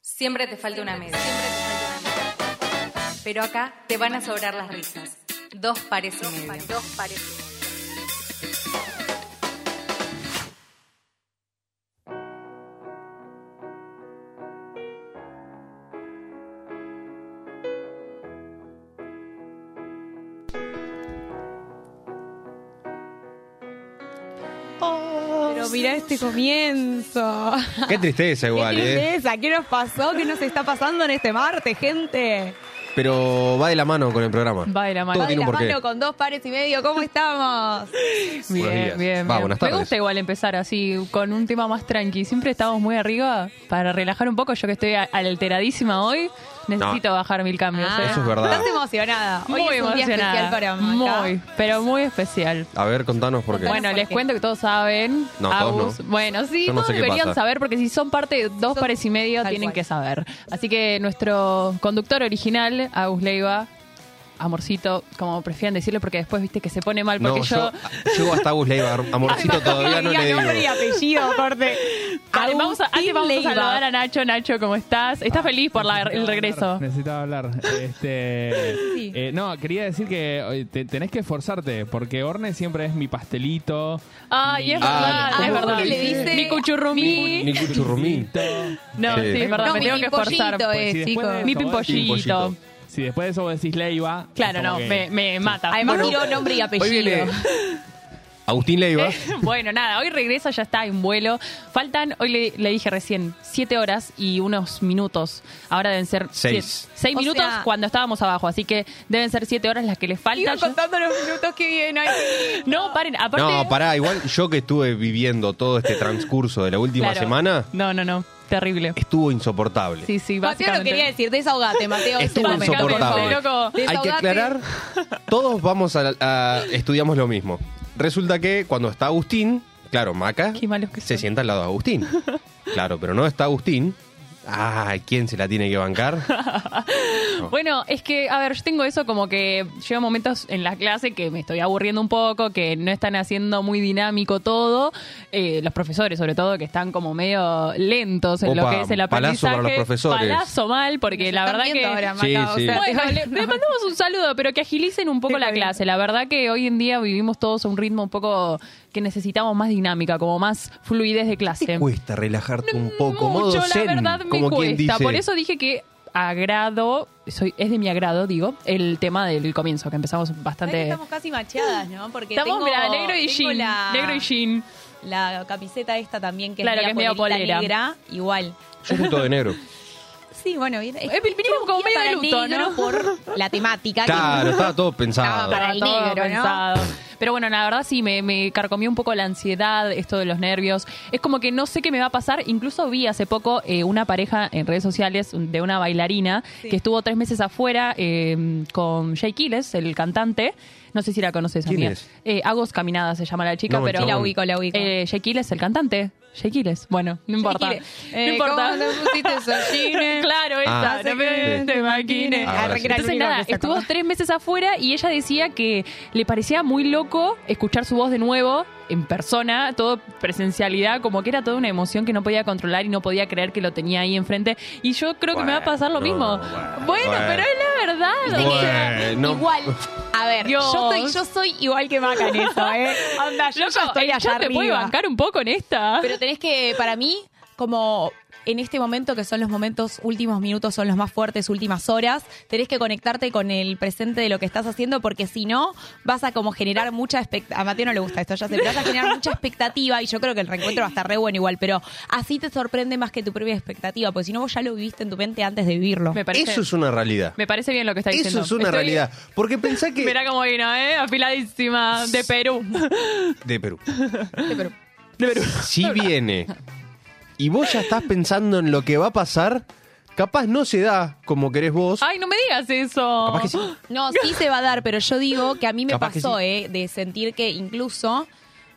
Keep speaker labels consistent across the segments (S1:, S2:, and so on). S1: Siempre te falta una media. Pero acá te van a sobrar las risas. Dos pares y medio.
S2: Dos pares.
S3: Pero mirá este comienzo.
S4: Qué tristeza igual,
S3: ¿Qué
S4: ¿eh?
S3: tristeza? ¿Qué nos pasó? ¿Qué nos está pasando en este martes, gente?
S4: Pero va de la mano con el programa.
S5: Va de la mano.
S4: Todo
S3: Va de
S4: tiene
S3: la
S4: un porqué.
S3: mano con dos pares y medio. ¿Cómo estamos?
S4: Buenos días. Va, buenas
S5: Me
S4: tardes.
S5: gusta igual empezar así, con un tema más tranqui. Siempre estamos muy arriba para relajar un poco. Yo que estoy a- alteradísima hoy, necesito bajar mil cambios.
S3: Ah,
S5: ¿eh?
S4: Eso es verdad.
S3: Estás emocionada. Hoy
S5: muy
S3: es un día
S5: emocionada.
S3: especial para Maca.
S5: muy, pero muy especial.
S4: A ver, contanos por qué.
S5: Bueno,
S3: ¿por
S5: les
S3: qué?
S5: cuento que todos saben.
S4: No, todos no.
S5: Bueno, sí,
S4: Yo no
S5: todos
S4: sé qué
S5: deberían
S4: pasa.
S5: saber porque si son parte de
S3: Son-
S5: dos pares y medio
S3: tal
S5: tienen
S3: cual.
S5: que saber. Así que nuestro conductor original, Agus Leiva, amorcito, como prefieran decirlo, porque después viste que se pone mal porque
S4: no,
S5: yo...
S4: yo llego hasta Gus Leiva, amorcito todavía no
S3: Diga
S4: le
S3: nombre y
S4: digo.
S3: apellido, aparte.
S5: Vale, vamos a, antes
S3: Agustín
S5: vamos a
S3: Leiva.
S5: saludar a Nacho. Nacho, ¿cómo estás?
S4: Ah,
S5: ¿Estás feliz por la- el
S6: Necesitaba
S5: regreso?
S6: hablar, Necesitaba hablar. Este, eh, no, quería decir que eh, te- tenés que esforzarte, porque Orne siempre es mi pastelito.
S5: Ay, es
S4: Ah,
S5: verdad, es
S4: ¿cómo
S5: verdad.
S4: le
S3: dice?
S5: Mi cuchurrumí.
S4: Ni cuchurrumí.
S5: No, sí,
S4: Sí.
S5: es verdad,
S3: No,
S5: me
S3: mi
S5: tengo que esforzar.
S3: pollito
S5: pues.
S3: es,
S6: si después
S3: chicos.
S6: de
S5: Mi
S6: eso vos decís-
S5: pimpollito.
S6: Si después de eso vos decís Leiva. es
S5: Claro,
S6: como
S5: no,
S6: que-
S5: me, me mata.
S3: Además,
S5: Bueno,
S3: tiró nombre y
S4: Hoy
S3: apellido.
S4: viene Agustín Leiva.
S5: Eh, bueno, nada, hoy regresa, ya está en vuelo. Faltan, hoy le, le dije recién, siete horas y unos minutos. Ahora deben ser
S4: Seis.
S5: siete- seis
S3: O
S5: minutos
S3: sea-
S5: cuando estábamos abajo, así que deben ser siete horas las que les
S3: Iba
S5: faltan. Yo-
S3: contando los minutos que vienen. Ay,
S5: No, paren, aparte.
S4: No, pará, igual yo que estuve viviendo todo este transcurso de la última
S5: Claro.
S4: semana,
S5: No, no, no, terrible.
S4: estuvo insoportable.
S5: Sí,
S3: Mateo
S5: sí,
S3: lo
S5: básicamente.
S3: quería decir. Desahogate, Mateo.
S4: Estuvo
S3: Súmame, por
S4: insoportable.
S3: favor.
S5: loco.
S4: Hay
S3: Desahogate.
S4: que aclarar, todos vamos a, a- estudiamos lo mismo. Resulta que cuando está Agustín, claro, Maca
S5: Qué malos que
S4: se
S5: son.
S4: sienta al lado de Agustín. Claro, pero no está Agustín. Ah, ¿quién se la tiene que bancar?
S5: Bueno, es que, a ver, yo tengo eso como que llevo momentos en la clase que me estoy aburriendo un poco, que no están haciendo muy dinámico todo. Eh, los profesores, sobre todo, que están como medio lentos en lo
S4: Opa,
S5: que es el
S4: palazo
S5: aprendizaje.
S4: para los profesores.
S5: Palazo mal, porque
S3: Nos
S5: la
S3: están
S5: verdad
S3: viendo
S5: que...
S3: ahora,
S4: Sí,
S3: Maca, o
S4: sí.
S3: sea, te
S5: Bueno,
S3: vale-
S5: le, le mandamos un saludo, pero que agilicen un poco la clase. La verdad que hoy en día vivimos todos a un ritmo un poco que necesitamos más dinámica, como más fluidez de clase.
S4: Cuesta relajarte un poco,
S5: Mm, Mucho,
S4: modo
S5: la
S4: zen,
S5: verdad me
S4: como
S5: cuesta.
S4: quien dice.
S5: Por eso dije que agrado, soy, es de mi agrado, digo, el tema del comienzo, que empezamos
S3: Sabés que
S5: bastante.
S3: Estamos casi macheadas, ¿no? Porque
S5: Estamos,
S3: tengo-
S5: mirá, negro y
S3: tengo
S5: jean.
S3: la-
S5: Negro y jean.
S3: la camiseta esta también que
S5: Claro,
S3: es
S5: que es
S3: media
S5: medio
S3: polerita
S5: polera.
S3: negra, igual.
S4: Yo soy todo de negro.
S3: Sí, bueno, bien.
S5: Eh, vinimos como medio de luto, ¿no?
S3: Por la temática. que-
S4: Claro, estaba todo pensado.
S3: Para el
S5: Estaba todo
S3: negro, ¿no?
S5: pensado. Pero bueno, la verdad sí, me, me carcomió un poco la ansiedad, esto de los nervios. Es como que no sé qué me va a pasar. Incluso vi hace poco eh, una pareja en redes sociales de una bailarina que estuvo tres meses afuera eh, con Jay Quiles, el cantante. No sé si la conoces,
S4: ¿Quién
S5: amiga.
S4: es?
S5: Eh, Agos Caminada se llama la chica,
S4: No,
S5: pero...
S4: chabón.
S3: Sí, la ubico, la ubico.
S5: Eh, Jay Quiles, el cantante. Jay Quiles. Bueno, no importa.
S3: Chiquile. Eh,
S5: no importa.
S3: ¿Cómo no pusiste eso, Gine?
S5: Claro, esa.
S4: Ah,
S5: no me-
S4: sí.
S5: te imagines.
S4: Ah, Ahora sí.
S3: Era el
S5: Entonces
S3: único
S5: nada,
S3: que se
S5: estuvo
S3: acordaba.
S5: tres meses afuera y ella decía que le parecía muy loco escuchar su voz de nuevo, en persona, todo presencialidad, como que era toda una emoción que no podía controlar y no podía creer que lo tenía ahí enfrente. Y yo creo que me va a pasar lo
S4: Bueno,
S5: mismo.
S4: bueno,
S5: Bueno,
S4: bueno.
S5: pero es la verdad.
S4: Bueno.
S3: Igual. A ver,
S5: Dios.
S3: yo soy, yo soy igual que Maca en eso, ¿eh? Onda, yo
S5: Loco,
S3: ya estoy
S5: el
S3: allá
S5: chat te puede
S3: arriba.
S5: bancar un poco en esta.
S3: Pero tenés que, para mí, como en este momento, que son los momentos, últimos minutos son los más fuertes, últimas horas, tenés que conectarte con el presente de lo que estás haciendo, porque si no, vas a como generar mucha expectativa. A Mateo no le gusta esto, ya sé, pero vas a generar mucha expectativa y yo creo que el reencuentro va a estar re bueno igual, pero así te sorprende más que tu propia expectativa, porque si no, vos ya lo viviste en tu mente antes de vivirlo.
S5: me, parece,
S4: Eso es una realidad.
S5: me parece bien lo que está
S4: Eso
S5: diciendo.
S4: es una
S5: Estoy-
S4: realidad. Porque pensá que...
S5: Mirá cómo vino, ¿eh? Afiladísima de Perú.
S4: De Perú. Si viene y vos ya estás pensando en lo que va a pasar, capaz no se da como querés vos.
S5: Ay, no me digas eso.
S4: Capaz que sí.
S3: No, sí se va a dar, pero yo digo que a mí me
S4: Capaz que
S3: pasó,
S4: sí.
S3: ¿eh? De sentir que incluso,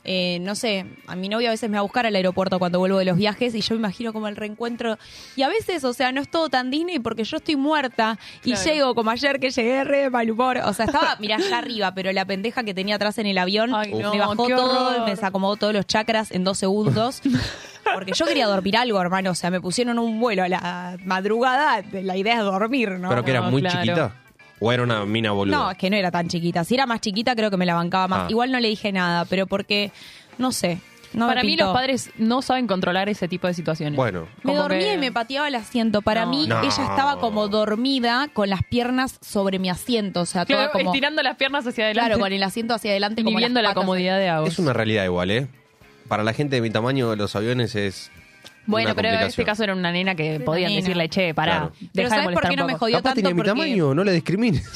S3: eh, no sé, a mi novio a veces me va a buscar al aeropuerto cuando vuelvo de los viajes y yo me imagino como el reencuentro. Y a veces, o sea, no es todo tan Disney porque yo estoy muerta y
S5: Claro.
S3: llego como ayer que llegué re de mal humor. O sea, estaba, mira, allá arriba, pero la pendeja que tenía atrás en el avión
S5: Ay, no,
S3: me bajó
S5: qué
S3: todo,
S5: horror.
S3: me desacomodó todos los chakras en dos segundos. Porque yo quería dormir algo, hermano. O sea, me pusieron un vuelo a la madrugada. La idea es dormir, ¿no?
S4: Pero que era
S5: No,
S4: muy
S5: claro.
S4: chiquita. O era una mina boluda.
S3: No, es que no era tan chiquita. Si era más chiquita, creo que me la bancaba más.
S4: Ah.
S3: Igual no le dije nada, pero porque, no sé. No me
S5: Para mí
S3: pintó.
S5: los padres no saben controlar ese tipo de situaciones.
S4: Bueno.
S3: Me
S5: Como
S3: dormía
S5: que-
S3: y me pateaba el asiento. Para
S5: No.
S3: mí,
S4: No.
S3: ella estaba como dormida con las piernas sobre mi asiento. O sea, toda
S5: Claro,
S3: como.
S5: estirando las piernas hacia adelante.
S3: Claro, con el asiento hacia adelante,
S5: y
S3: como las
S5: viviendo la
S3: patas.
S5: comodidad de Agos.
S4: Es una realidad igual, ¿eh? Para la gente de mi tamaño, los aviones es.
S5: Bueno,
S4: una
S5: pero en este
S4: complicación.
S5: caso era una nena que podían
S3: nena.
S5: decirle, che, pará,
S4: Claro.
S5: dejá
S3: Pero
S5: de
S3: ¿sabes por
S5: molestar
S3: qué
S5: un
S3: no me
S5: poco.
S3: jodió
S4: Capaz
S3: tanto?
S4: tiene mi
S3: Porque
S4: tamaño, no la discrimines.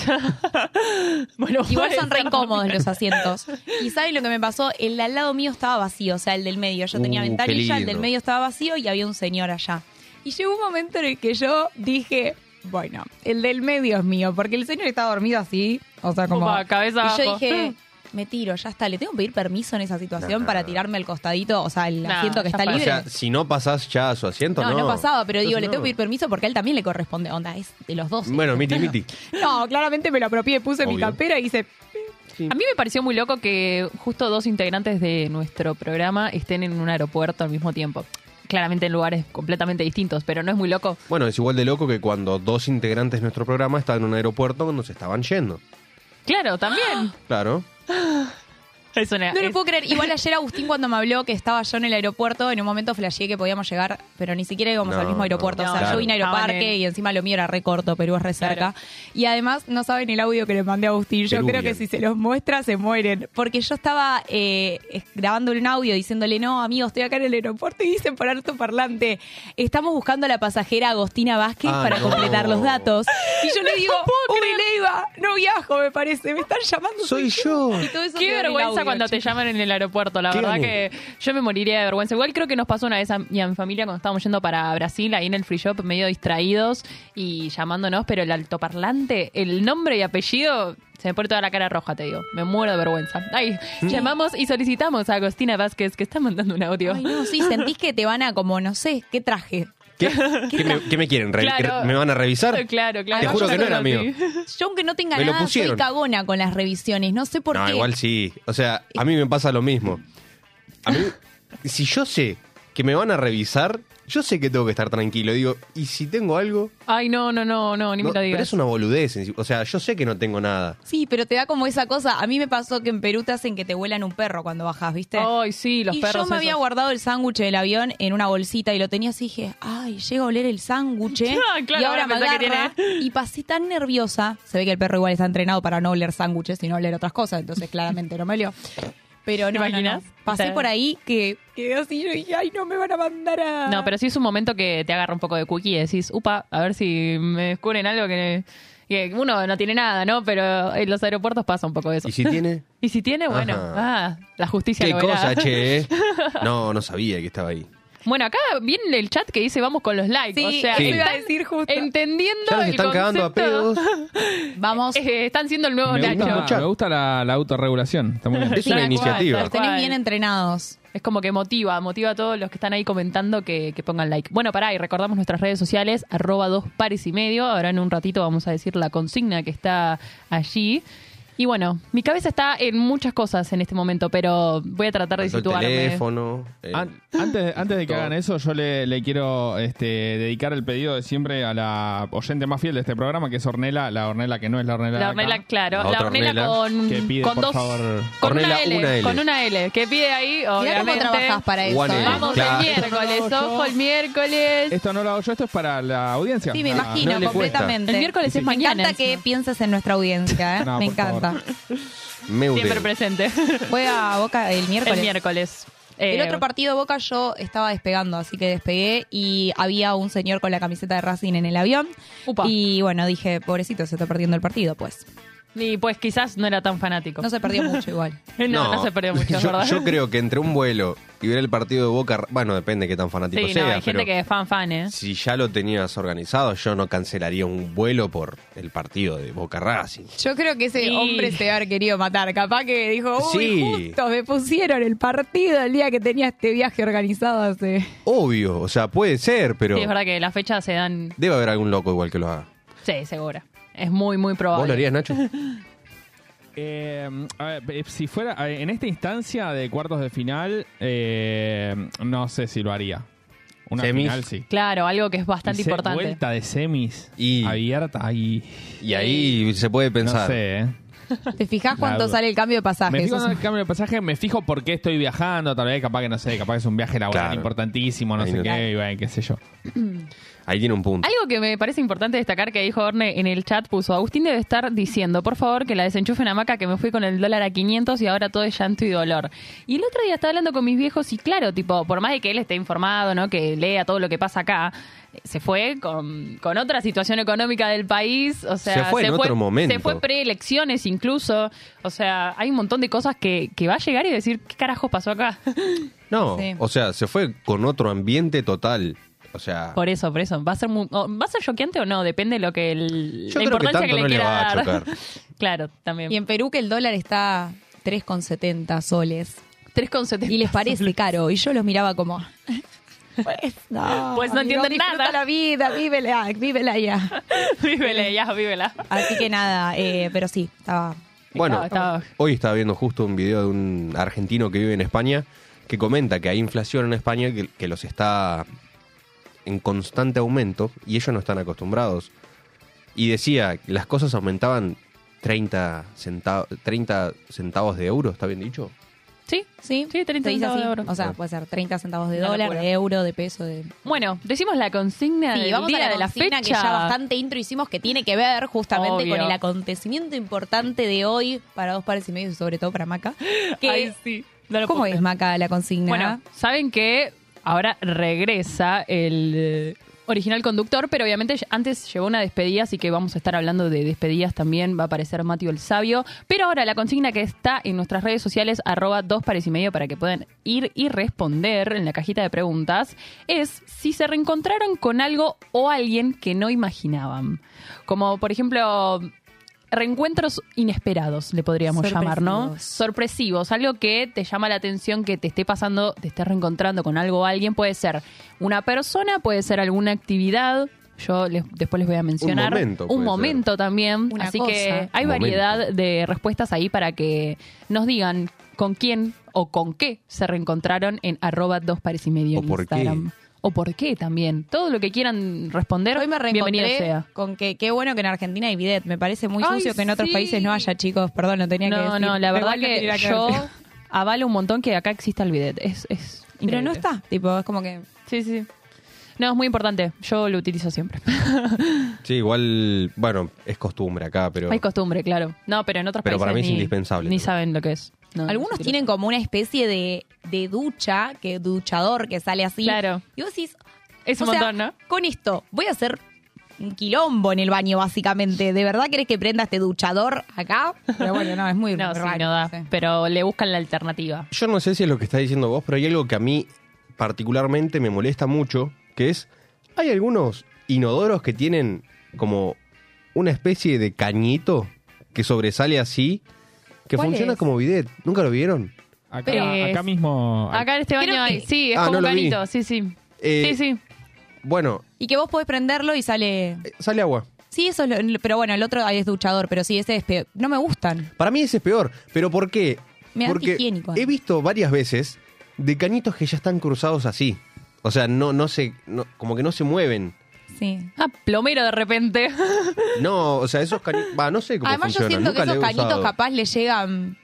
S5: Bueno,
S3: Igual
S5: puede
S3: son re
S5: ser.
S3: incómodos los asientos. Y saben lo que me pasó, el de al lado mío estaba vacío, o sea, el del medio. Yo tenía
S4: Uh,
S3: ventanilla,
S4: qué
S3: el del
S4: lindo.
S3: medio estaba vacío y había un señor allá. Y llegó un momento en el que yo dije, bueno, el del medio es mío, porque el señor estaba dormido así, o sea, como...
S5: Opa, cabeza
S3: y yo
S5: abajo.
S3: dije, me tiro, ya está, le tengo que pedir permiso en esa situación
S4: Nah.
S3: para tirarme al costadito, o sea, el
S5: Nah,
S3: asiento que
S5: ya
S3: está
S5: fue.
S4: o
S3: libre.
S4: sea, si no pasás ya a su asiento,
S3: no,
S4: no.
S3: no, pasaba, pero digo, le
S4: Entonces
S3: tengo
S4: no.
S3: que pedir permiso porque a él también le corresponde. Onda, es de los dos.
S4: Bueno, miti miti.
S3: No, claramente me lo apropié, puse mi
S4: Obvio.
S3: campera y hice...
S5: A mí me pareció muy loco que justo dos integrantes de nuestro programa estén en un aeropuerto al mismo tiempo. Claramente en lugares completamente distintos, pero no es muy loco.
S4: Bueno, es igual de loco que cuando dos integrantes de nuestro programa estaban en un aeropuerto cuando se estaban yendo.
S5: Claro, también.
S4: Claro.
S5: Es una-
S3: No lo
S5: es-
S3: puedo creer. Igual ayer Agustín cuando me habló que estaba yo en el aeropuerto, en un momento flasheé que podíamos llegar, pero ni siquiera íbamos
S4: No,
S3: al mismo aeropuerto.
S4: no,
S3: o sea,
S4: claro.
S3: yo vine a
S5: Estaban
S3: aeroparque
S5: en-
S3: y encima lo mío era re corto, Perú es re cerca.
S5: Claro.
S3: Y además, no saben el audio que le mandé a Agustín. Yo
S4: Peruvian.
S3: creo que si se los muestra, se mueren. Porque yo estaba eh, es- grabándole un audio diciéndole, no, amigo, estoy acá en el aeropuerto y dicen por alto parlante, estamos buscando a la pasajera Agostina Vázquez
S4: Ah,
S3: para
S4: no.
S3: completar los datos. Y yo le digo, uy, Leiva, no viajo, me parece, me están llamando.
S4: Soy yo.
S3: Y todo eso
S5: Qué
S3: quedó en el
S5: vergüenza
S3: audio,
S5: cuando te
S3: chicos.
S5: llaman en el aeropuerto, la
S4: Qué
S5: verdad
S4: gané.
S5: que yo me moriría de vergüenza. Igual creo que nos pasó una vez a mi, a mi familia cuando estábamos yendo para Brasil, ahí en el free shop, medio distraídos y llamándonos, pero el altoparlante, el nombre y apellido, se me pone toda la cara roja, te digo. Me muero de vergüenza. Ay,
S4: Mm.
S5: llamamos y solicitamos a Agostina Vázquez, que está mandando un audio.
S3: Ay, no, sí, sentís que te van a como, no sé, ¿qué traje?
S4: ¿Qué, ¿Qué me, qué me quieren? ¿Re-
S5: Claro.
S4: ¿Me van a revisar?
S5: Claro, claro.
S4: Te juro que no era mío.
S3: Yo aunque no tenga
S4: Me lo
S3: nada, soy
S4: pusieron.
S3: cagona con las revisiones, no sé por
S4: no,
S3: qué.
S4: igual sí. O sea, a mí me pasa lo mismo. A mí, si yo sé que me van a revisar, yo sé que tengo que estar tranquilo. Digo, ¿y si tengo algo?
S5: Ay, no, no, no, no, ni
S4: No,
S5: me lo
S4: pero
S5: digas.
S4: es una boludez. en sí. O sea, yo sé que no tengo nada.
S3: Sí, pero te da como esa cosa. A mí me pasó que en Perú te hacen que te vuelan un perro cuando bajas, ¿viste?
S5: Ay, sí, los
S3: y
S5: perros.
S3: yo me había
S5: esos.
S3: guardado el sándwich del avión en una bolsita y lo tenía así y dije, ay, llega a oler el sándwich. eh".
S5: Ah, claro,
S3: y ahora
S5: ahora
S3: me
S5: pensá que
S3: agarra. Y pasé tan nerviosa. Se ve que el perro igual está entrenado para no oler sándwiches, sino oler otras cosas, entonces claramente no me olió. Pero no, no, no.
S5: imaginas?
S3: pasé
S5: Está-
S3: por ahí que quedé así y yo dije, ay, no me van a mandar a...
S5: No, pero sí es un momento que te agarra un poco de cookie y decís, upa, a ver si me descubren algo que, que uno no tiene nada, ¿no? Pero en los aeropuertos pasa un poco eso.
S4: ¿Y si tiene?
S5: Y si tiene, bueno,
S4: Ajá.
S5: ah, la justicia
S4: ¿Qué
S5: lo verá.
S4: cosa, che? No, no sabía que estaba ahí.
S5: Bueno, acá viene el chat que dice vamos con los likes.
S3: Sí,
S5: o sea,
S3: eso
S4: Sí.
S3: iba a
S5: están
S3: decir justo.
S5: entendiendo
S4: Ya nos
S5: el
S4: están cagando a
S5: concepto.
S4: pedos.
S3: Vamos,
S5: Eh, están siendo el nuevo
S6: Me
S5: Nacho.
S6: gusta, me gusta la, la autorregulación. Está muy bien.
S4: Es una
S5: Tal cual,
S4: iniciativa.
S5: tal
S3: los tenés
S5: cual.
S3: bien entrenados.
S5: Es como que motiva, motiva a todos los que están ahí comentando que, que pongan like. Bueno, pará, y recordamos nuestras redes sociales, arroba dos pares y medio. Ahora en un ratito vamos a decir la consigna que está allí. Y bueno, mi cabeza está en muchas cosas en este momento, pero voy a tratar de
S4: Pasó el
S5: situarme.
S4: teléfono. eh,
S6: An- antes, antes de que
S4: Todo.
S6: hagan eso, yo le, le quiero este, dedicar el pedido de siempre a la oyente más fiel de este programa, que es Ornela, la Ornela que no es la Ornela. de
S5: La
S6: acá.
S5: hornela, claro,
S4: La
S5: la,
S4: otra
S5: hornela,
S4: hornela.
S5: con,
S6: Que pide,
S5: con
S6: por
S5: dos.
S6: favor.
S5: Con
S4: Hornela,
S5: una, L,
S4: una L.
S5: Con una L. Que pide ahí,
S3: Mirá cómo
S5: obviamente.
S3: trabajás para eso.
S4: Juan
S3: ¿eh?
S4: L.
S5: Vamos
S4: Claro.
S5: el miércoles,
S6: No, yo-
S5: ojo el miércoles.
S6: Esto no lo hago yo, esto es para la audiencia.
S3: Sí, me
S6: Ah,
S3: imagino,
S6: no le cuesta.
S3: completamente.
S5: El miércoles es
S3: me
S5: mañana,
S3: encanta que
S5: encima.
S3: pienses en nuestra audiencia, ¿eh?
S6: No,
S3: me
S6: por
S3: encanta.
S4: Meute.
S5: Siempre presente.
S3: Juega a Boca el miércoles.
S5: el
S3: El,
S5: miércoles. Eh,
S3: otro partido de Boca yo estaba despegando, así que despegué y había un señor con la camiseta de Racing en el avión.
S5: Upa.
S3: Y bueno, dije, pobrecito, se está perdiendo el partido, pues.
S5: Y pues quizás no era tan fanático. Eh,
S3: No se perdió mucho igual.
S5: No, no se perdió mucho, es
S4: yo,
S5: ¿verdad?
S4: yo creo que entre un vuelo y ver el partido de Boca, bueno, depende qué tan fanático
S5: sí,
S4: sea,
S5: no, hay gente
S4: pero
S5: que es fan fan, ¿eh?
S4: si ya lo tenías organizado, yo no cancelaría un vuelo por el partido de Boca Racing.
S3: Yo creo que ese
S5: Y-
S3: hombre se debe haber querido matar. Capaz que dijo, uy,
S4: Sí.
S3: justo me pusieron el partido el día que tenía este viaje organizado hace.
S4: Obvio, o sea, puede ser, pero
S5: Sí, es verdad que las fechas se dan.
S4: debe haber algún loco igual que lo haga.
S5: Sí, segura. Es muy, muy probable.
S4: ¿Vos lo harías, Nacho?
S6: Eh, a ver, eh, si fuera eh, en esta instancia de cuartos de final, eh, no sé si lo haría. Una
S4: Semis.
S6: final sí.
S5: Claro, algo que es bastante
S6: Y se-
S5: importante.
S6: Vuelta de semis
S4: Y-
S6: abierta ahí.
S4: Y ahí se puede pensar.
S6: No sé, ¿eh?
S3: ¿Te fijás
S6: La
S3: cuánto
S6: duda.
S3: sale el cambio de pasaje?
S6: Me fijo
S3: Eso
S6: en
S3: sí.
S6: el cambio de pasaje, me fijo por qué estoy viajando, tal vez, capaz que no sé, capaz que es un viaje laboral
S4: Claro.
S6: importantísimo, no
S4: Ahí
S6: sé
S4: no-
S6: qué, y bueno, qué sé yo.
S4: Ahí tiene un punto.
S5: Algo que me parece importante destacar que dijo Orne en el chat puso, Agustín debe estar diciendo, por favor, que la desenchufen a Maca, que me fui con el dólar a 500 y ahora todo es llanto y dolor. Y el otro día estaba hablando con mis viejos y claro, tipo, por más de que él esté informado, ¿no? que lea todo lo que pasa acá, se fue con, con otra situación económica del país, o sea,
S4: Se fue en otro momento.
S5: Se fue preelecciones incluso, o sea, hay un montón de cosas que, que va a llegar y decir, ¿qué carajo pasó acá?
S4: No,
S3: Sí.
S4: o sea, se fue con otro ambiente total. O sea,
S5: Por eso, por eso. ¿Va a ser mu- o- va a ser choqueante o no? Depende de lo que
S4: Yo
S5: el, la
S4: creo que
S5: importancia que,
S4: tanto
S5: le
S4: no le
S5: quiera
S4: va a
S5: dar.
S4: chocar.
S5: claro,
S3: Y
S5: también.
S3: en Perú que el dólar está 3,70 soles.
S5: 3,70.
S3: Y les parece caro. Y yo los miraba como... Pues no,
S5: Pues no
S3: amigo,
S5: entienden
S3: disfruta
S5: nada.
S3: la vida, vívela, vívela ya.
S5: vívela ya, vívela.
S3: Así que nada, eh, pero sí, estaba...
S4: bueno,
S5: Estaba- estaba-
S4: hoy estaba viendo justo un video de un argentino que vive en España que comenta que hay inflación en España que, que los está en constante aumento y ellos no están acostumbrados. Y decía, las cosas aumentaban 30 centavos, 30 centavos de euro, ¿está bien dicho?
S5: Sí.
S3: Sí,
S5: Sí, 30
S3: se dice
S5: centavos
S3: así.
S5: de euro.
S3: O sea, puede ser 30 centavos de
S5: Una
S3: dólar,
S5: locura.
S3: de euro, de peso, de...
S5: Bueno, decimos la consigna
S3: Sí,
S5: del
S3: vamos
S5: día
S3: a la
S5: de la
S3: consigna
S5: fecha.
S3: que ya bastante intro hicimos que tiene que ver justamente
S5: Obvio.
S3: con el acontecimiento importante de hoy para dos pares y medio y sobre todo para Maca. Que-
S5: Ay, sí. No lo
S3: ¿Cómo
S5: puedo
S3: es
S5: creer.
S3: Maca la consigna?
S5: Bueno, saben que ahora regresa el eh, original conductor, pero obviamente ll- antes llevó una despedida, así que vamos a estar hablando de despedidas también. Va a aparecer Matio el Sabio. Pero ahora la consigna que está en nuestras redes sociales, arroba dos pares y medio, para que puedan ir y responder en la cajita de preguntas, es si se reencontraron con algo o alguien que no imaginaban. Como por ejemplo. Reencuentros inesperados, le podríamos llamar, ¿no?
S3: Sorpresivos.
S5: sorpresivos, algo que te llama la atención, que te esté pasando, te estés reencontrando con algo o alguien, puede ser una persona, puede ser alguna actividad. Yo les- después les voy a mencionar
S4: momento
S5: Un
S4: puede ser.
S5: momento también.
S3: Una
S5: Así
S3: cosa.
S5: que hay
S4: Un momento.
S5: variedad de respuestas ahí para que nos digan con quién o con qué se reencontraron en arroba dos pares y medio
S4: O
S5: en
S4: por qué.
S5: Instagram. O por qué también. Todo lo que quieran responder,
S3: hoy me
S5: bienvenido
S3: reencontré
S5: sea.
S3: con que qué bueno que en Argentina hay bidet. Me parece muy
S5: Ay,
S3: sucio que en otros
S5: sí.
S3: países no haya, chicos. Perdón, lo tenía que
S5: No,
S3: decir.
S5: no, la
S3: Pero
S5: verdad
S3: igual no
S5: que,
S3: tenía que
S5: yo
S3: haber-
S5: avalo un montón que acá exista el bidet. Es, es
S3: Pero no
S5: increíble.
S3: está, tipo, es como que...
S5: Sí, sí. No, es muy importante. Yo lo utilizo siempre.
S4: Sí, igual, bueno, es costumbre acá, pero...
S5: Hay costumbre, claro. No, pero en otros
S4: Pero
S5: países
S4: para mí es
S5: ni-
S4: indispensable.
S5: Ni saben lo que es. No,
S3: Algunos
S5: no sé.
S3: tienen como una especie de, de ducha, que duchador que sale así.
S5: Claro.
S3: Y vos decís,
S5: Es un
S3: O sea,
S5: montón, ¿no?
S3: Con esto, voy a hacer un quilombo en el baño, básicamente. ¿De verdad querés que prenda este duchador acá? Pero bueno, no, es muy
S5: No, sí,
S3: raro,
S5: no da.
S3: sí.
S5: Pero le buscan la alternativa.
S4: Yo no sé si es lo que está diciendo vos, pero hay algo que a mí particularmente me molesta mucho, que es, hay algunos inodoros que tienen como una especie de cañito que sobresale así, que
S5: ¿Cuál
S4: funciona
S5: es?
S4: como bidet. ¿Nunca lo vieron?
S6: Acá,
S5: Pero-
S6: acá mismo.
S5: Acá en este
S3: Creo
S5: baño hay.
S3: que-
S5: Sí, es
S4: Ah,
S5: como
S4: no
S5: un
S4: lo vi.
S5: canito. Sí, sí.
S4: Eh,
S5: sí, sí.
S4: Bueno,
S3: Y que vos podés prenderlo y sale.
S4: eh, sale agua.
S3: Sí, eso es lo- Pero bueno, el otro ahí es duchador, pero sí, ese es peor. No me gustan.
S4: Para mí ese es peor, pero ¿por qué?
S3: Me da
S4: Porque
S3: antihigiénico,
S4: he
S3: además.
S4: visto varias veces de cañitos que ya están cruzados así. O sea, no, no se, no- como que no se mueven.
S3: Sí.
S5: Ah, plomero de repente.
S4: No, o sea, esos cañitos, va, no sé cómo
S3: Además, yo
S4: funcionan,
S3: siento que
S4: nunca
S3: esos
S4: los he
S3: cañitos
S4: usado.
S3: capaz le llegan.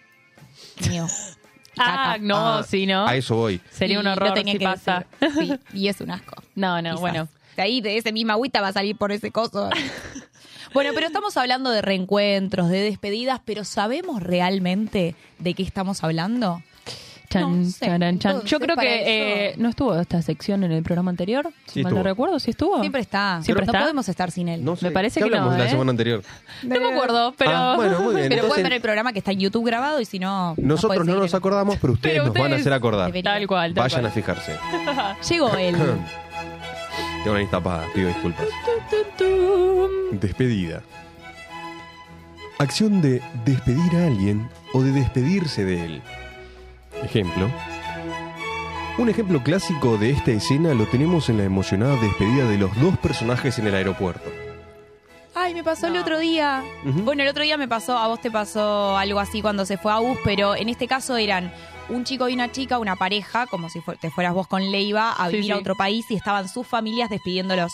S3: Mío.
S5: ah, no,
S4: Ah,
S5: sí, ¿no?
S4: A eso voy.
S5: Sería un
S3: Y lo
S5: horror
S3: tenía
S5: si
S3: que
S5: pasa.
S3: decir. Sí, y es un asco.
S5: No, no,
S3: Quizás.
S5: bueno.
S3: De ahí, de ese misma agüita va a salir por ese coso. bueno, pero estamos hablando de reencuentros, de despedidas, pero ¿sabemos realmente de qué estamos hablando?
S5: Chan,
S3: No sé,
S5: charan, chan.
S3: entonces,
S5: Yo creo
S3: para
S5: que
S3: eso-
S5: eh, no estuvo esta sección en el programa anterior. Si
S4: Sí
S5: mal no
S4: estuvo.
S5: recuerdo, sí estuvo.
S3: Siempre Ah. está.
S5: Siempre
S3: no
S5: está.
S3: podemos estar sin él.
S4: No sé,
S5: Me parece
S4: ¿qué
S5: que no,
S4: hablamos la
S5: ¿eh?
S4: semana anterior?
S5: No
S3: Eh,
S5: me acuerdo, pero.
S4: Ah, bueno, muy bien.
S3: Pero
S4: Entonces,
S3: pueden ver el programa que está en YouTube grabado y si no.
S4: nosotros no
S3: acordamos.
S4: nos acordamos, pero ustedes
S5: Pero
S4: nos van a
S5: ustedes
S4: hacer acordar.
S3: deberían.
S5: Tal cual, tal
S4: Vayan a
S5: cual.
S4: fijarse.
S3: Llegó él.
S4: Tengo una destapada, pido disculpas. Despedida. Acción de despedir a alguien o de despedirse de él. Ejemplo. Un ejemplo clásico de esta escena lo tenemos en la emocionada despedida de los dos personajes en el aeropuerto.
S3: Ay, me pasó el
S5: No.
S3: otro día.
S4: Ujú.
S3: Bueno, el otro día me pasó, a vos te pasó algo así cuando se fue a US, pero en este caso eran un chico y una chica, una pareja, como si fue- te fueras vos con Leiva a
S5: Sí,
S3: vivir a
S5: sí.
S3: otro país y estaban sus familias despidiéndolos.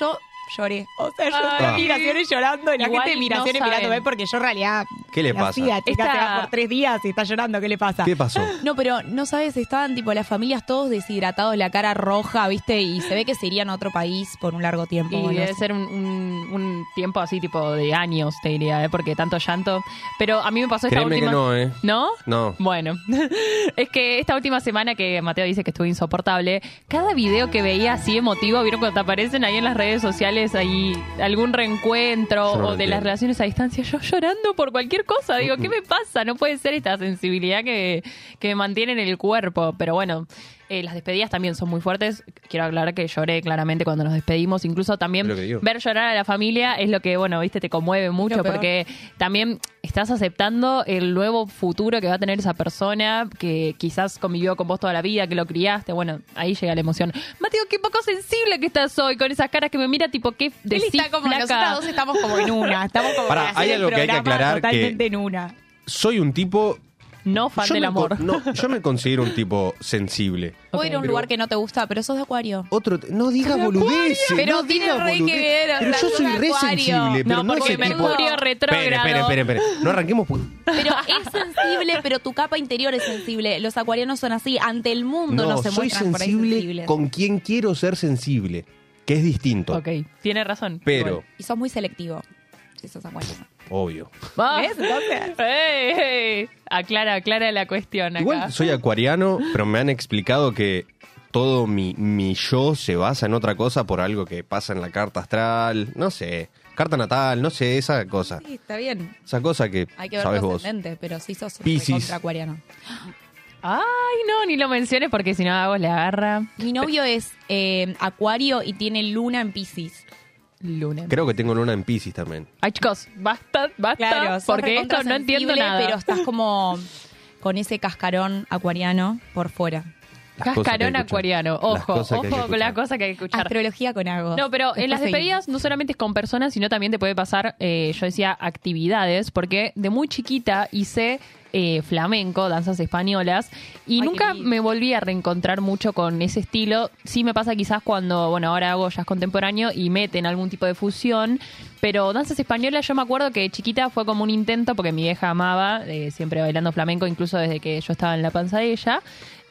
S3: Yo lloré. O sea, yo
S5: Ay,
S3: estaba en
S4: sí.
S3: migraciones llorando y la
S5: Igual
S3: gente de
S5: no
S3: migraciones
S5: saben.
S3: mirándome porque yo en realidad.
S4: ¿Qué le
S3: la
S4: pasa?
S3: hacía, chica,
S5: Esta-
S3: se va por tres días y está llorando, ¿qué le pasa?
S4: ¿Qué pasó?
S3: No, pero no sabes, estaban tipo las familias todos deshidratados, la cara roja, ¿viste? Y se ve que se irían a otro país por un largo tiempo.
S5: Y
S3: o algo
S5: debe
S3: así.
S5: ser un, un- un tiempo así, tipo de años, te diría, ¿eh? porque tanto llanto. Pero a mí me pasó esta
S4: Créeme
S5: última. Mm.
S4: que no, ¿eh?
S5: ¿No?
S4: No.
S5: Bueno, es que esta última semana que Mateo dice que estuve insoportable, cada video que veía así emotivo, vieron cuando te aparecen ahí en las redes sociales, ahí algún reencuentro
S4: Yo no lo
S5: o de las
S4: entiendo. Mm,
S5: relaciones a distancia, yo llorando por cualquier cosa. Digo, ¿qué me pasa? No puede ser esta sensibilidad que, que me mantiene en el cuerpo. Pero bueno, eh, las despedidas también son muy fuertes. Quiero aclarar que lloré claramente cuando nos despedimos. Incluso también
S4: Es lo que digo.
S5: ver llorar a la familia es lo que, bueno, viste, te conmueve mucho
S3: Lo peor.
S5: porque también estás aceptando el nuevo futuro que va a tener esa persona que quizás convivió con vos toda la vida, que lo criaste. Bueno, ahí llega la emoción. Mateo, qué poco sensible que estás hoy con esas caras que me mira tipo, qué
S3: Él
S5: decís,
S3: está como,
S5: flaca?
S3: nosotras dos estamos como en una. Estamos como
S4: Pará,
S3: para hacer
S4: hay
S3: el
S4: algo que hay que
S3: programa
S4: aclarar que-
S3: totalmente en una.
S4: Soy un tipo.
S5: No fan
S4: yo
S5: del
S4: me con-
S5: amor.
S4: No, yo me considero un tipo sensible.
S3: Puedo ir a un
S4: Pero-
S3: lugar que no te gusta, pero sos de acuario.
S4: Otro, te- no digas boludeces.
S3: Pero
S4: no
S3: tiene
S4: digas
S3: re que
S4: boludeces.
S3: ver, o
S4: Pero
S3: sea,
S4: yo
S3: es
S4: soy
S3: un
S4: re
S3: acuario.
S4: sensible, pero
S5: No,
S4: no,
S5: porque
S4: ese tipo.
S5: Mercurio
S3: Esperen,
S5: retrógrado.
S4: Esperen, esperen, esperen, esperen. No arranquemos. por-
S3: Pero es sensible, pero tu capa interior es sensible. Los acuarianos son así. Ante el mundo no,
S4: No,
S3: se
S4: soy
S3: muestran por ahí
S4: sensible
S3: sensibles.
S4: con quien quiero ser sensible, que es distinto.
S5: Ok, tiene razón.
S4: Pero,
S3: Y sos muy selectivo. Si sos acuariano.
S4: obvio.
S5: Bueno.
S3: ¿Ves? Entonces-
S5: Ah, Ey, ey. Aclara, aclara la cuestión acá.
S4: Igual soy acuariano, pero me han explicado que todo mi, mi yo se basa en otra cosa por algo que pasa en la carta astral, no sé, carta natal, no sé, esa cosa.
S3: Sí, está bien.
S4: Esa cosa que,
S3: Hay que ver
S4: sabes
S3: tu
S4: vos.
S3: ascendente, pero sí sos
S4: Piscis.
S3: contra acuariano.
S5: Ay, no, ni lo menciones porque si no hago la agarra.
S3: Mi novio es eh, acuario y tiene luna en Piscis.
S5: Luna.
S4: Creo que tengo luna en Pisces también.
S5: Ay, chicos, basta, basta,
S3: Claro, sos
S5: porque
S3: recontra
S5: esto no entiendo
S3: sensible,
S5: nada.
S3: Pero estás como con ese cascarón acuariano por fuera.
S4: Las cosas que hay que
S5: Cascarón
S4: escuchar.
S5: acuariano.
S4: Las
S5: Ojo,
S4: cosas que hay que
S5: ojo con las
S4: escuchar.
S5: cosas que hay que escuchar.
S3: Astrología con agua.
S5: No, pero en las despedidas no solamente es con personas, sino también te puede pasar, eh, yo decía, actividades, porque de muy chiquita hice eh, flamenco, danzas españolas, y
S3: Ay, qué
S5: nunca
S3: lindo.
S5: me volví a reencontrar mucho con ese estilo. Sí me pasa quizás cuando, bueno, ahora hago jazz contemporáneo y meten algún tipo de fusión, pero danzas españolas yo me acuerdo que de chiquita fue como un intento, porque mi vieja amaba, eh, siempre bailando flamenco, incluso desde que yo estaba en la panza de ella.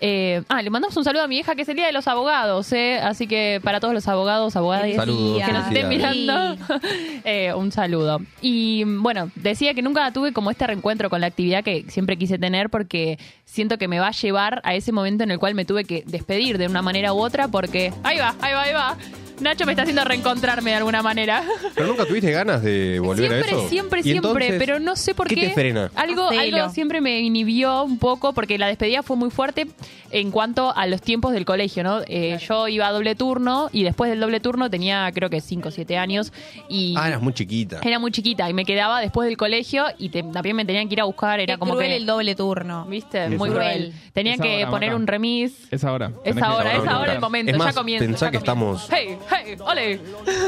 S5: Eh, ah, le mandamos un saludo a mi vieja que es el día de los abogados, ¿eh? así que para todos los abogados, abogadas
S4: Saludos,
S5: que nos estén
S4: felicidades.
S5: mirando, eh, un saludo. Y bueno, decía que nunca tuve como este reencuentro con la actividad que siempre quise tener porque siento que me va a llevar a ese momento en el cual me tuve que despedir de una manera u otra porque ahí va, ahí va, ahí va. Nacho me está haciendo reencontrarme de alguna manera.
S4: Pero nunca tuviste ganas de volver
S5: Siempre,
S4: a eso.
S5: siempre,
S4: ¿Y
S5: siempre,
S4: entonces,
S5: pero no sé por qué.
S4: ¿Qué te frena?
S5: Algo,
S3: Hacelo.
S5: algo siempre me inhibió un poco porque la despedida fue muy fuerte en cuanto a los tiempos del colegio, ¿no? Eh, Yo iba a doble turno y después del doble turno tenía creo que 5 o 7 años y
S4: Ah, eras muy chiquita.
S5: era muy chiquita y me quedaba después del colegio y te- también me tenían que ir a buscar, era
S3: Era
S5: como que...
S3: el doble turno.
S5: ¿Viste?
S6: Es
S5: Muy
S6: ahora.
S5: cruel. Tenía
S6: Es
S5: que
S6: ahora,
S5: poner
S6: Maca.
S5: un remis.
S6: Es ahora.
S5: Es
S6: Tenés que-
S5: ahora, es
S4: ahora,
S5: ahora
S4: ahora.
S5: el momento,
S4: Es más,
S5: ya comienza.
S4: pensá
S5: ya
S4: que
S5: comienza.
S4: estamos-
S5: Hey, hey, ole.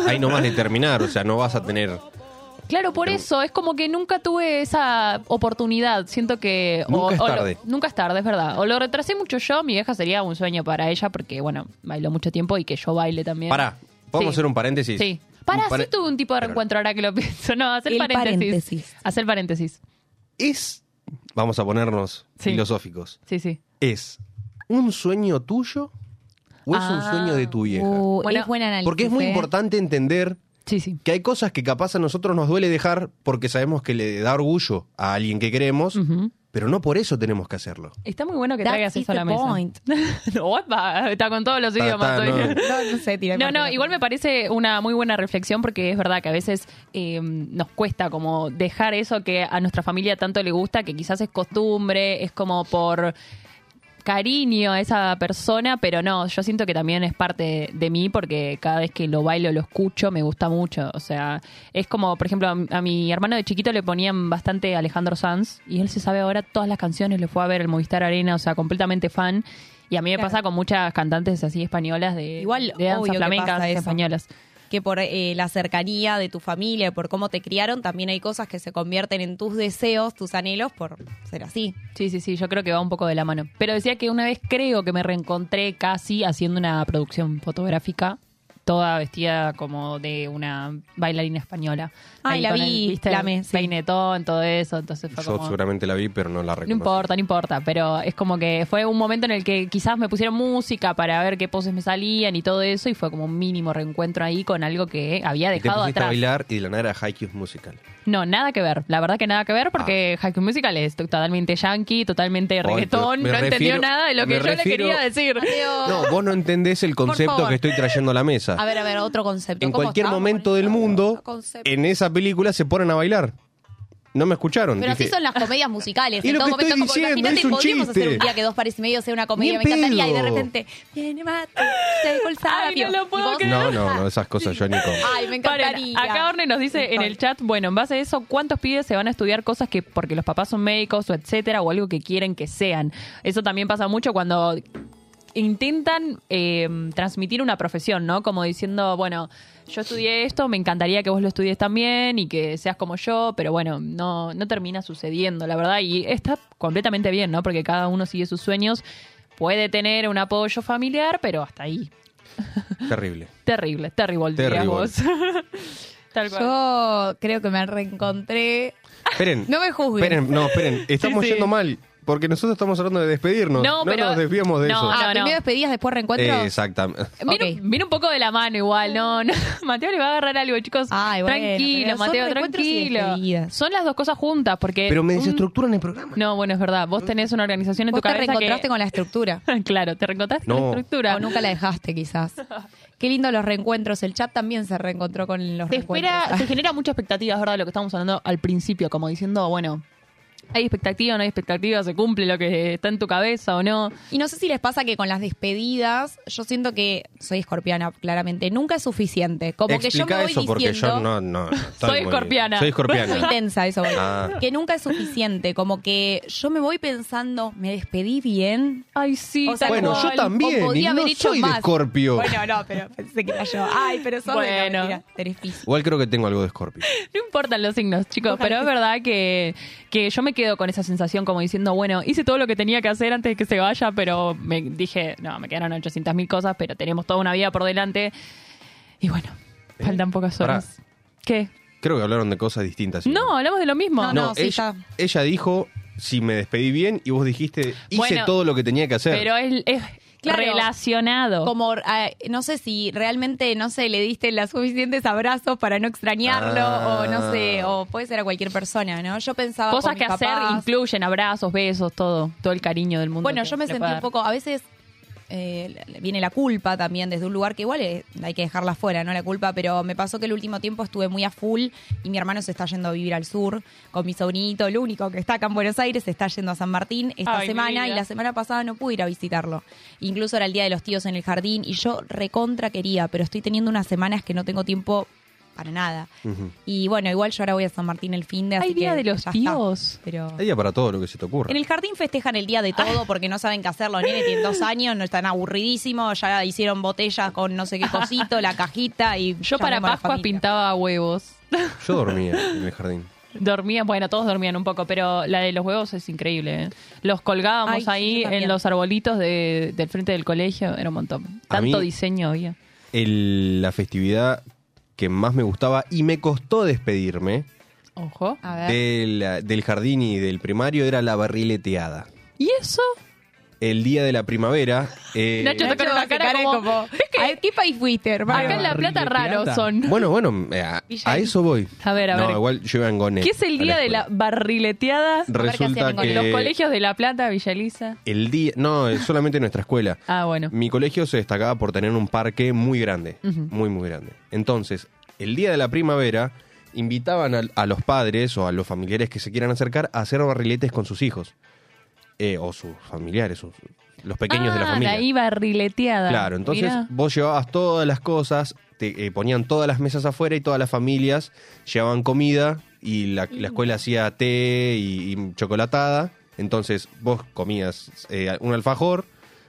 S4: Ahí nomás de terminar, o sea, no vas a tener...
S5: Claro, por eso, es como que nunca tuve esa oportunidad. Siento que.
S4: Nunca es
S5: lo-
S4: tarde.
S5: nunca es tarde, es verdad. O lo retrasé mucho yo, mi vieja sería un sueño para ella, porque, bueno, bailó mucho tiempo y que yo baile también.
S4: Pará, ¿podemos
S5: Sí.
S4: hacer un paréntesis?
S5: Sí.
S4: Un
S5: Pará,
S4: par-
S5: sí tuve un tipo de
S4: Pero-
S5: reencuentro ahora que lo pienso. No, hacer
S3: El
S5: paréntesis.
S3: paréntesis.
S5: Hacer paréntesis.
S4: Es, vamos a ponernos
S5: Sí.
S4: filosóficos,
S5: Sí, sí.
S4: es un sueño tuyo o es un
S5: Ah.
S4: sueño de tu vieja.
S3: Uh,
S5: Bueno,
S3: es buen análisis.
S4: Porque es muy
S3: ¿eh?
S4: importante entender
S5: Sí, sí.
S4: que hay cosas que capaz a nosotros nos duele dejar porque sabemos que le da orgullo a alguien que queremos,
S5: Ujú.
S4: pero no por eso tenemos que hacerlo.
S5: Está muy bueno que
S3: That
S5: traigas
S3: is
S5: eso a la
S3: the
S5: mesa.
S3: point.
S5: Opa, está con todos los
S4: Ta,
S5: idiomas.
S4: ta,
S5: hoy.
S4: no.
S3: No, no sé, tiré
S5: No,
S3: por
S5: no,
S3: ahí.
S5: igual me parece una muy buena reflexión porque es verdad que a veces eh, nos cuesta como dejar eso que a nuestra familia tanto le gusta, que quizás es costumbre, es como por cariño a esa persona, pero no, yo siento que también es parte de mí porque cada vez que lo bailo, lo escucho, me gusta mucho. O sea, es como, por ejemplo, a, a mi hermano de chiquito le ponían bastante Alejandro Sanz y él se sabe ahora todas las canciones, lo fue a ver el Movistar Arena, o sea, completamente fan. Y a mí me
S3: Claro.
S5: pasa con muchas cantantes así españolas de,
S3: Igual,
S5: de danza
S3: obvio que
S5: flamenca,
S3: pasa
S5: danzas
S3: eso.
S5: españolas.
S3: que por eh, la cercanía de tu familia, por cómo te criaron, también hay cosas que se convierten en tus deseos, tus anhelos por ser así.
S5: Sí, sí, sí, yo creo que va un poco de la mano. Pero decía que una vez creo que me reencontré casi haciendo una producción fotográfica, toda vestida como de una bailarina española.
S3: Ay, la
S5: con
S3: vi, la amé, sí.
S5: Peinetón, todo eso, entonces fue
S4: Yo
S5: como...
S4: seguramente la vi, pero no la
S5: No
S4: recuerdo.
S5: importa, no importa, pero es como que fue un momento en el que quizás me pusieron música para ver qué poses me salían y todo eso, y fue como un mínimo reencuentro ahí con algo que había
S4: Y te
S5: dejado
S4: pusiste a
S5: atrás.
S4: bailar y de la nada era Haikyuu Musical.
S5: No, nada que ver, la verdad que nada que ver, porque Haiku Musical es totalmente yankee, totalmente
S4: Ah. pero
S5: reggaetón,
S4: me
S5: no entendió
S4: refiero-
S5: nada de lo que
S4: me
S5: yo le
S4: refiero-
S5: quería decir.
S4: No, vos no entendés el concepto
S3: Oh. favor.
S4: que estoy trayendo a la mesa.
S3: A ver, a ver, otro concepto.
S4: en
S3: ¿Cómo
S4: cualquier
S3: estamos
S4: momento
S3: con
S4: del
S3: esto?
S4: mundo,
S3: Otro concepto.
S4: en esa película se ponen a bailar. No me escucharon.
S3: Pero así
S4: dije,
S3: son las comedias musicales.
S4: Es
S3: en
S4: lo
S3: todo
S4: que
S3: momento,
S4: estoy
S3: como
S4: diciendo,
S3: imagínate,
S4: es un
S3: podríamos hacer un
S4: chiste.
S3: día que dos pares y medio sea una
S4: Ni
S3: comedia,
S4: en
S3: me encantaría. Y de
S4: pedo.
S3: repente, viene mate, se colzapio.
S5: Ay, no lo puedo
S3: Y vos-
S5: creer.
S4: No, no, no, esas cosas yo ni como.
S3: Ay, me
S5: Paren,
S3: encantaría.
S5: acá Orne nos dice en el chat, bueno, en base a eso, ¿cuántos pibes se van a estudiar cosas que porque los papás son médicos o etcétera o algo que quieren que sean? Eso también pasa mucho cuando intentan eh, transmitir una profesión, ¿no? Como diciendo, bueno, yo estudié esto, me encantaría que vos lo estudies también y que seas como yo, pero bueno, no, no termina sucediendo, la verdad, y está completamente bien, ¿no? Porque cada uno sigue sus sueños, puede tener un apoyo familiar, pero hasta ahí.
S4: Terrible.
S5: Terrible, terrible,
S4: Terrible.
S5: digamos. Tal cual.
S3: Yo creo que me reencontré.
S4: Esperen.
S3: No me juzguen.
S4: Esperen, no, esperen. Estamos
S5: Sí, sí.
S4: yendo mal. Porque nosotros estamos hablando de despedirnos.
S5: No,
S4: No,
S5: pero-
S4: nos desviamos de
S5: no,
S4: eso.
S5: no,
S3: Ah, primero despedidas, después reencuentro.
S4: Eh, exactamente.
S5: Mira,
S3: Ok.
S5: mira un poco de la mano igual, no, no. Mateo le va a agarrar algo, chicos.
S3: Ay, bueno,
S5: tranquilo,
S3: pero son
S5: Mateo,
S3: reencuentros y
S5: tranquilo.
S3: despedidas.
S5: Son las dos cosas juntas,
S3: Eh,
S5: porque.
S4: Pero me
S5: un-
S4: desestructuran el programa.
S5: No, bueno, es verdad. Vos tenés una organización en
S3: Vos
S5: tu
S3: te
S5: cabeza.
S3: reencontraste
S5: que-
S3: con la estructura.
S5: claro, te reencontraste con
S4: No.
S5: la estructura.
S3: O nunca la dejaste, quizás. Qué lindo los reencuentros. El chat también se reencontró con los
S5: Te
S3: reencuentros.
S5: espera, te genera mucha expectativa, es verdad, lo que estábamos hablando al principio, como diciendo, bueno, hay expectativa, no hay expectativa, se cumple lo que está en tu cabeza o no.
S3: Y no sé si les pasa que con las despedidas, yo siento que soy escorpiana, claramente. Nunca es suficiente. Como que yo
S4: Explica
S3: me voy
S4: eso porque
S3: diciendo.
S4: yo no. no estoy
S5: Soy
S4: muy-
S5: escorpiana.
S4: Soy
S3: Soy
S4: escorpiana.
S3: intensa, eso voy.
S4: Ah.
S3: Que nunca es suficiente. Como que yo me voy pensando, me despedí bien.
S5: Ay, sí,
S3: O sea,
S5: tal
S4: bueno,
S5: cual.
S4: yo también.
S3: o podía
S4: y
S3: haber
S4: no
S3: hecho
S4: soy de
S3: más.
S4: escorpio.
S3: Bueno, no, pero pensé que era yo. Ay, pero sos bueno.
S5: Bueno.
S3: mentira, eres físico.
S4: Igual creo que tengo algo de escorpio.
S5: No importan los signos, chicos, pero es verdad que, que yo me quedo con esa sensación como diciendo, bueno, hice todo lo que tenía que hacer antes de que se vaya, pero me dije, no, me quedaron 800 mil cosas, pero tenemos toda una vida por delante. Y bueno,
S4: Eh,
S5: faltan pocas
S4: pará.
S5: horas. ¿Qué?
S4: Creo que hablaron de cosas distintas.
S5: No, hablamos de lo mismo.
S3: No,
S4: No,
S3: sí,
S4: ella,
S3: está.
S4: ella dijo, si me despedí bien, y vos dijiste, hice
S5: Bueno,
S4: todo lo que tenía que hacer.
S5: Pero es, es
S3: Claro.
S5: relacionado.
S3: Como, ah, no sé si realmente, no sé, le diste los suficientes abrazos para no extrañarlo,
S4: Ah.
S3: o no sé, o puede ser a cualquier persona, ¿no? Yo pensaba. con
S5: Cosas
S3: mis
S5: que hacer
S3: papás.
S5: incluyen abrazos, besos, todo, todo el cariño del mundo.
S3: Bueno,
S5: que
S3: yo me
S5: le
S3: sentí
S5: pueda
S3: un
S5: dar.
S3: poco, a veces eh, la- la- viene la culpa también desde un lugar que igual eh, hay que dejarla fuera, ¿no? La culpa, pero me pasó que el último tiempo estuve muy a full y mi hermano se está yendo a vivir al sur con mi sobrinito, el único que está acá en Buenos Aires, se está yendo a San Martín esta
S5: Ay, mi
S3: semana y
S5: vida.
S3: la semana pasada no pude ir a visitarlo. Incluso era el día de los tíos en el jardín y yo recontra quería, pero estoy teniendo unas semanas que no tengo tiempo para nada.
S4: Ujú.
S3: Y bueno, igual yo ahora voy a San Martín el fin de
S5: Ay,
S3: así
S5: día
S3: que
S5: de los
S3: ya está.
S5: tíos.
S3: Pero
S4: Ella para todo lo que se te ocurra.
S3: en el jardín festejan el día de todo porque no saben qué hacer. Los nenes tienen dos años, no están aburridísimos, ya hicieron botellas con no sé qué cosito, la cajita y.
S5: Yo para
S3: llamemos a la
S5: Pascua
S3: familia.
S5: pintaba huevos.
S4: Yo dormía en el jardín.
S5: Dormían, bueno, todos dormían un poco, pero la de los huevos es increíble. ¿eh? Los colgábamos
S3: Ay, sí,
S5: ahí
S3: yo también.
S5: en los arbolitos de- del frente del colegio, era un montón.
S4: A mí-
S5: Tanto diseño había.
S4: El- la festividad que más me gustaba y me costó despedirme
S5: Ojo.
S3: A ver.
S4: de la- del jardín y del primario era la barrileteada.
S5: ¿Y eso?
S4: El día de la primavera. eh,
S5: Nacho,
S3: Nacho
S5: Tocaron la
S3: hace
S5: cara
S3: cara
S5: como-
S3: como, "Ay, ¿Qué país fuiste, hermano?
S5: Acá en La Plata raros
S6: barrileteada.
S5: son.
S4: bueno, bueno, eh, a,
S5: Villa
S4: a
S5: Elisa.
S4: eso voy.
S5: A ver, a
S4: no,
S5: ver.
S4: igual yo iba en Gone.
S5: ¿Qué es el
S4: a
S5: día de la
S4: escuela.
S5: barrileteada?
S4: Resulta
S3: hacían en
S4: que.
S5: Los colegios de La Plata, Villa Elisa.
S4: El día. No, es solamente nuestra escuela.
S5: Ah, bueno.
S4: Mi colegio se destacaba por tener un parque muy grande, muy, muy grande. Entonces, el día de la primavera, invitaban al- a, los padres o a los familiares que se quieran acercar a hacer barriletes con sus hijos. Eh, o sus familiares, sus- los pequeños de la
S5: Ah,
S4: familia.
S5: ahí barrileteada.
S4: Claro, entonces
S5: Mirá.
S4: vos llevabas todas las cosas, te eh, ponían todas las mesas afuera y todas las familias llevaban comida y la, la escuela hacía té y, y chocolatada. Entonces vos comías eh, un alfajor,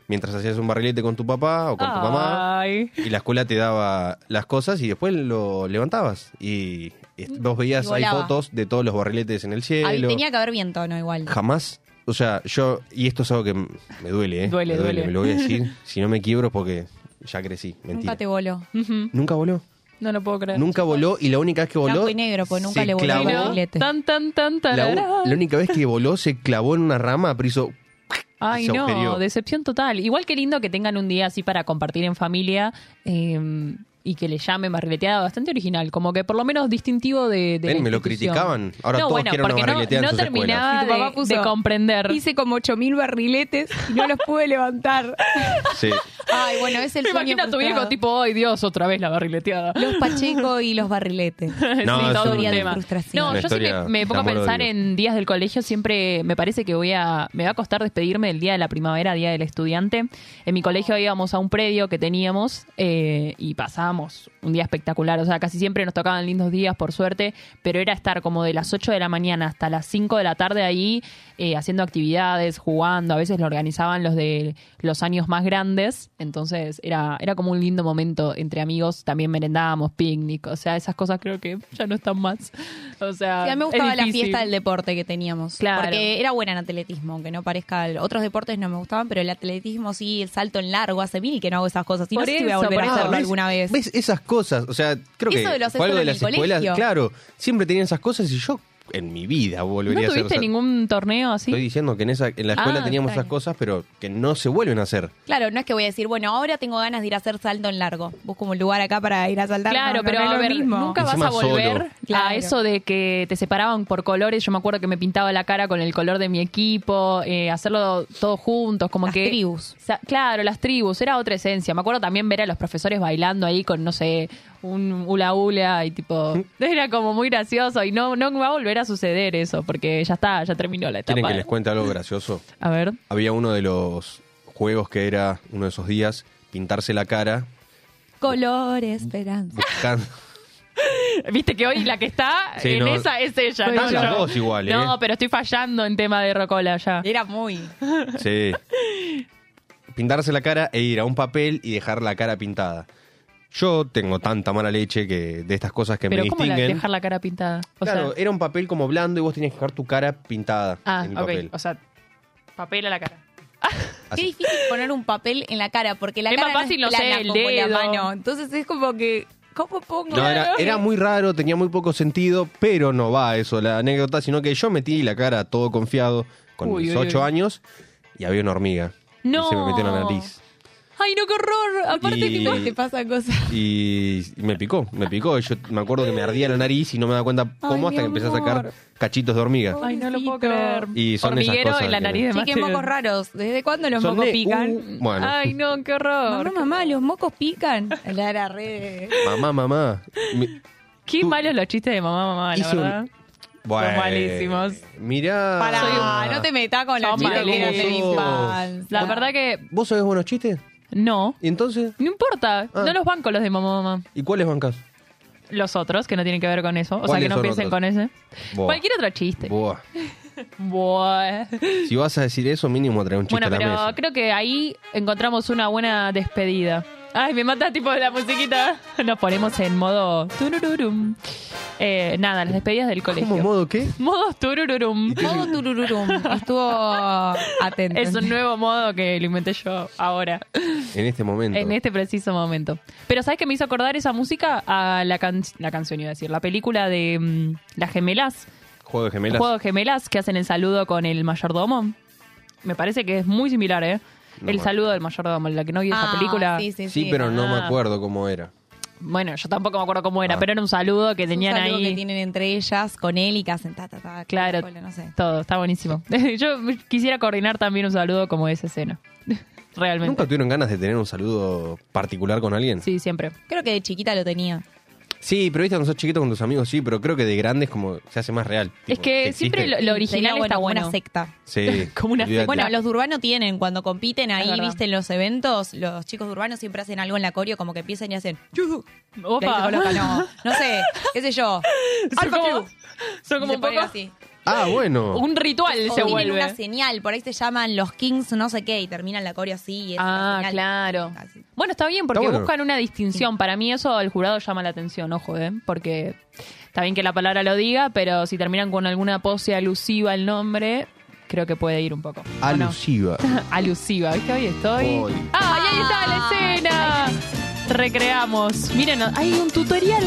S4: mientras hacías un barrilete con tu papá o con tu mamá.
S5: Ay.
S4: Y la escuela te daba las cosas y después lo levantabas. Y est-
S5: Mm,
S4: vos veías,
S3: Y
S4: hay
S3: volaba.
S4: fotos de todos los barriletes en el cielo.
S3: Ay, tenía que haber viento, ¿no? Igual.
S4: Jamás, o sea, yo, y esto es algo que m- me duele, ¿eh?
S5: Duele,
S4: me
S5: duele.
S4: Me lo voy a decir. si no me quiebro es porque ya crecí, mentira.
S3: Nunca te voló.
S5: Ujú.
S4: Nunca voló.
S5: No lo puedo creer.
S4: Nunca voló y la única vez que voló.
S3: Blanco y negro, porque nunca
S4: se
S3: le voló
S5: Y
S4: clavó-
S3: el
S5: no,
S3: barrilete.
S5: tan, tan, tan, tan.
S4: la, u- la única vez que voló se clavó en una rama, pero hizo.
S5: Ay,
S4: se
S5: no,
S4: agujerió.
S5: decepción total. Igual que lindo que tengan un día así para compartir en familia eh, y que le llamen barrileteada, bastante original, como que por lo menos distintivo de. de la
S4: Ven, me lo
S5: institución.
S4: criticaban. Ahora todos quieren una
S5: porque
S4: barrileteada en
S5: no, no
S4: sus escuelas.
S5: terminaba
S3: Y tu papá
S5: de-
S3: puso,
S5: de comprender.
S3: Hice como 8000 barriletes y no los pude levantar.
S4: Sí.
S3: Ay, bueno, es el
S5: Me
S3: sueño
S5: imagino a tu
S3: frustrado.
S5: viejo tipo, ay Dios, otra vez la barrileteada.
S3: Los Pacheco y los barriletes.
S4: No, es
S5: todo
S4: un-
S5: un
S4: de
S5: tema.
S3: frustración.
S5: No,
S4: Una
S5: yo sí me,
S4: historia
S5: me pongo a
S4: de amor
S5: pensar
S4: odio.
S5: en días del colegio, siempre me parece que voy a, me va a costar despedirme del día de la primavera, día del estudiante. En mi colegio íbamos a un predio que teníamos eh, y pasábamos un día espectacular, o sea, casi siempre nos tocaban lindos días, por suerte, pero era estar como de las 8 de la mañana hasta las 5 de la tarde ahí, eh, haciendo actividades, jugando, a veces lo organizaban los de los años más grandes, entonces era, era como un lindo momento entre amigos, también merendábamos, picnic, o sea, esas cosas creo que ya no están más. O sea,
S3: Sí, a mí me
S5: es
S3: gustaba la
S5: difícil.
S3: fiesta del deporte que teníamos.
S5: Claro.
S3: Porque era buena en atletismo, aunque no parezca. Otros deportes no me gustaban, pero el atletismo sí, el salto en largo, hace mil que no hago esas cosas. Y no
S5: Por
S3: sé si voy a
S5: eso,
S3: volver a
S5: por
S3: hacerlo
S5: eso.
S3: alguna vez.
S4: Ah, ¿Ves esas cosas? O sea, creo
S3: Eso
S4: que
S3: lo haces
S4: fue
S3: solo
S4: algo de
S3: en
S4: las
S3: el
S4: escuelas.
S3: colegio.
S4: Claro, siempre tenían esas cosas y yo en mi vida volvería
S5: ¿No
S4: a hacer
S5: tuviste
S4: o sea,
S5: ningún torneo así?
S4: Estoy diciendo que en, esa, en la escuela
S5: Ah,
S4: teníamos esas
S5: extraño.
S4: cosas, pero que no se vuelven a hacer.
S3: Claro, no es que voy a decir, bueno, ahora tengo ganas de ir a hacer salto en largo. Busco un lugar acá para ir a saltar. No,
S5: Claro,
S3: no,
S5: pero
S3: no es
S5: a
S3: lo
S5: ver,
S3: mismo.
S5: nunca vas
S4: Encima
S5: a volver
S4: solo.
S5: a
S3: Claro.
S5: eso de que te separaban por colores. Yo me acuerdo que me pintaba la cara con el color de mi equipo, eh, hacerlo todos juntos, como
S3: Las
S5: que...
S3: tribus.
S5: O sea, claro, las tribus, era otra esencia. Me acuerdo también ver a los profesores bailando ahí con, no sé, un hula hula y tipo... Era como muy gracioso y no, no va a volver a suceder eso porque ya está, ya terminó la etapa.
S4: ¿Quieren que les cuente algo gracioso?
S5: A ver.
S4: Había uno de los juegos que era uno de esos días, pintarse la cara,
S3: Color, esperanza.
S4: buscando.
S5: Viste que hoy la que está
S4: Sí,
S5: en
S4: no.
S5: esa es ella.
S4: Están
S5: no,
S4: las
S5: yo.
S4: dos igual, ¿eh?
S5: No, pero estoy fallando en tema de Rocola ya.
S3: Era muy.
S4: Sí. Pintarse la cara e ir a un papel y dejar la cara pintada. Yo tengo tanta mala leche que de estas cosas que
S5: Pero
S4: me
S5: ¿cómo la-
S4: distinguen.
S5: dejar la cara pintada? O
S4: claro,
S5: sea,
S4: era un papel como blando y vos tenías que dejar tu cara pintada
S5: ah,
S4: en el
S5: ok.
S4: papel.
S5: O sea, papel a la cara.
S3: Qué
S4: Así.
S3: difícil poner un papel en la cara, porque la
S5: Es
S3: cara
S5: más
S3: no
S5: fácil,
S3: es
S5: no sé,
S3: plana
S5: el
S3: como la
S5: dedo.
S3: mano. Entonces es como que, ¿cómo pongo?
S4: No, era, era muy raro, tenía muy poco sentido, pero no va eso la anécdota, sino que yo metí la cara todo confiado con
S5: Uy,
S4: mis
S5: uy,
S4: ocho
S5: uy.
S4: años y había una hormiga.
S5: No.
S4: Y se me metió en la nariz.
S5: ¡Ay, no, qué horror! Aparte,
S4: Y-
S5: tipo,
S3: Te pasan cosas.
S4: Y me picó, me picó. Yo me acuerdo que me ardía la nariz y no me daba cuenta cómo
S3: Ay,
S4: hasta que
S3: mi
S4: empecé a
S3: amor.
S4: sacar cachitos de hormiga.
S5: Ay, no lo puedo
S3: Pobrecito.
S5: creer.
S4: Y son esas
S5: Hormiguero
S4: cosas
S5: en la
S4: que-
S5: nariz de
S3: Sí, qué
S5: Master.
S3: mocos raros. ¿Desde cuándo los
S4: Son
S3: mocos
S4: de-
S3: pican?
S4: uh, bueno,
S5: Ay, no, qué horror.
S3: Mamá, mamá, los mocos pican. La era re.
S4: mamá, mamá. Mi-
S5: Qué malos los chistes de mamá, mamá, la
S4: Hice un-
S5: verdad. malísimos.
S4: Mirá.
S3: Pará, no te metas con los
S5: Son
S3: chistes que eran de mi
S4: malísimos.
S5: La
S4: Ah.
S3: infancia.
S5: verdad que
S4: ¿Vos sabés buenos chistes?
S5: no.
S4: ¿Y entonces?
S5: No importa.
S4: Ah.
S5: No los banco los de mamá, mamá.
S4: ¿Y cuáles bancas?
S5: Los otros, que no tienen que ver con eso. O sea,
S4: ¿Cuáles
S5: que no
S4: son
S5: piensen
S4: otros?
S5: con ese.
S4: Buah.
S5: Cualquier otro chiste.
S4: Buah.
S5: Buah.
S4: Si vas a decir eso, mínimo trae un chiste
S5: Bueno,
S4: a la
S5: pero
S4: mesa.
S5: creo que ahí encontramos una buena despedida. Ay, me mata tipo la musiquita. Nos ponemos en modo turururum. Eh, nada, las despedidas del colegio.
S4: ¿Cómo modo qué?
S5: Modo turururum.
S3: Modo turururum. Estuvo atento.
S5: Es un nuevo modo que lo inventé yo ahora,
S4: En este momento.
S5: en este preciso momento. Pero ¿sabes qué me hizo acordar esa música? A la, can- la canción, iba a decir, la película de mm, Las Gemelas.
S4: Juego de gemelas.
S5: Juego de gemelas que hacen el saludo con el mayordomo. Me parece que es muy similar, ¿eh?
S4: No
S5: el
S4: me-
S5: saludo del mayordomo, la que no vio
S3: Ah,
S5: esa película.
S3: Sí, sí,
S4: sí, pero no me
S5: Ah.
S4: acuerdo cómo era.
S5: Bueno, yo tampoco me acuerdo cómo era,
S4: Ah.
S5: pero era un saludo que tenían
S3: un saludo
S5: ahí.
S3: que tienen entre ellas con él y que hacen ta, ta, ta,
S5: Claro,
S3: cola, no sé.
S5: todo, está buenísimo. yo quisiera coordinar también un saludo como esa escena. Realmente.
S4: ¿Nunca tuvieron ganas de tener un saludo particular con alguien?
S5: Sí, siempre.
S3: Creo que de chiquita lo tenía.
S4: Sí, pero viste, cuando sos chiquito con tus amigos, sí, pero creo que de grandes como se hace más real.
S5: Es
S4: Tipo,
S5: que
S4: existe.
S5: siempre lo- original
S3: Sería,
S5: está
S3: como
S5: bueno.
S3: Una secta.
S4: Sí.
S5: como una-
S4: olvídate.
S3: Bueno, los de Urbano tienen, cuando compiten ahí,
S5: verdad.
S3: viste, en los eventos, los chicos de Urbano siempre hacen algo en la coreo, como que empiezan y hacen, "Yuhu". Y ahí se
S5: Opa.
S3: colocan, no, no sé, qué sé yo.
S5: Son
S3: Alpha
S5: como,
S3: Q.
S5: son
S3: Y
S5: como
S3: se
S5: un
S3: ponen
S5: poco
S3: así.
S4: Ah, bueno.
S5: Un ritual
S3: O
S5: se
S3: tienen
S5: vuelve.
S3: una señal, por ahí se llaman los Kings, no sé qué, y terminan la coreo así. y es una
S5: Ah,
S3: señal.
S5: claro.
S3: Así.
S5: Bueno, está bien porque
S4: Está bueno.
S5: buscan una distinción. Para mí eso al jurado llama la atención, ojo, ¿eh? Porque está bien que la palabra lo diga, pero si terminan con alguna pose alusiva al nombre, creo que puede ir un poco. ¿o no?
S4: Alusiva.
S5: Alusiva, ¿viste? Hoy estoy...
S4: Hoy.
S5: ¡Ay, ahí está la escena! Recreamos. Miren, hay un tutorial.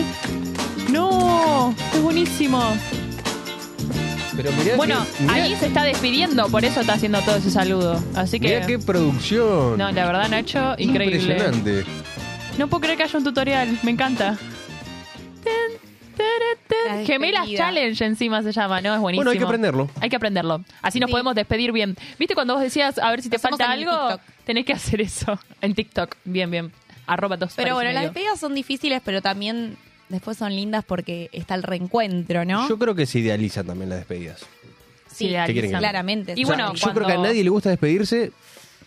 S5: ¡No! Es buenísimo.
S4: Pero mirá
S5: Bueno,
S4: que- mirá-
S5: ahí se está despidiendo, por eso está haciendo todo ese saludo. Así que...
S4: mirá qué producción.
S5: No, la verdad, Nacho, increíble.
S4: Impresionante.
S5: No puedo creer que haya un tutorial, me encanta. Ten, tere, ten.
S3: La
S5: Gemelas
S3: despedida.
S5: Challenge encima se llama, ¿no? Es buenísimo.
S4: Bueno, hay que aprenderlo.
S5: Hay que aprenderlo. Así nos
S3: Sí.
S5: podemos despedir bien. ¿Viste cuando vos decías, a ver si te
S3: Lo hacemos
S5: falta
S3: en el
S5: algo?
S3: TikTok.
S5: Tenés que hacer eso. En TikTok. Bien, bien. Arroba dos
S3: Pero
S5: pares
S3: bueno,
S5: y
S3: las
S5: medio.
S3: despedidas son difíciles, pero también después son lindas porque está el reencuentro, ¿no?
S4: Yo creo que se idealizan también las despedidas.
S3: Sí,
S5: Sí, Alisa.
S4: ¿Qué quieren que haga?
S3: claramente.
S5: Y
S3: sí.
S4: O sea,
S5: bueno,
S4: yo creo que a
S5: cuando-
S4: nadie le gusta despedirse,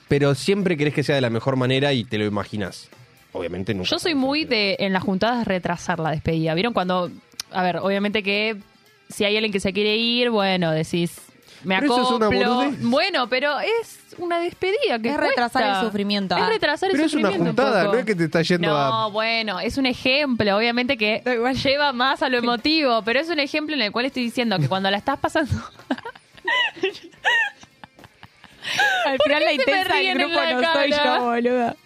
S4: pero siempre querés que sea de la mejor manera y te lo imaginas. Obviamente nunca.
S5: Yo soy muy de en las juntadas retrasar la despedida. ¿Vieron cuando.? A ver, obviamente que si hay alguien que se quiere ir, bueno, decís. Me
S4: Pero eso es una
S5: acoplo.
S4: boludez.
S5: bueno, pero es una despedida que
S3: Es
S5: cuesta.
S3: retrasar el sufrimiento.
S5: Es
S3: Ah.
S5: retrasar
S4: Pero
S5: el
S4: es una
S5: sufrimiento. un
S4: juntada,
S5: poco.
S4: no es que te está yendo
S5: No,
S4: a-
S5: bueno, es un ejemplo. Obviamente que lleva más a lo emotivo, pero es un ejemplo en el cual estoy diciendo que cuando la estás pasando.
S3: Al
S5: ¿Por
S3: final
S5: qué
S3: la
S5: se me
S3: intensa
S5: ríen
S3: del
S5: en
S3: grupo
S5: la
S3: no soy
S5: cara?
S3: yo, boluda.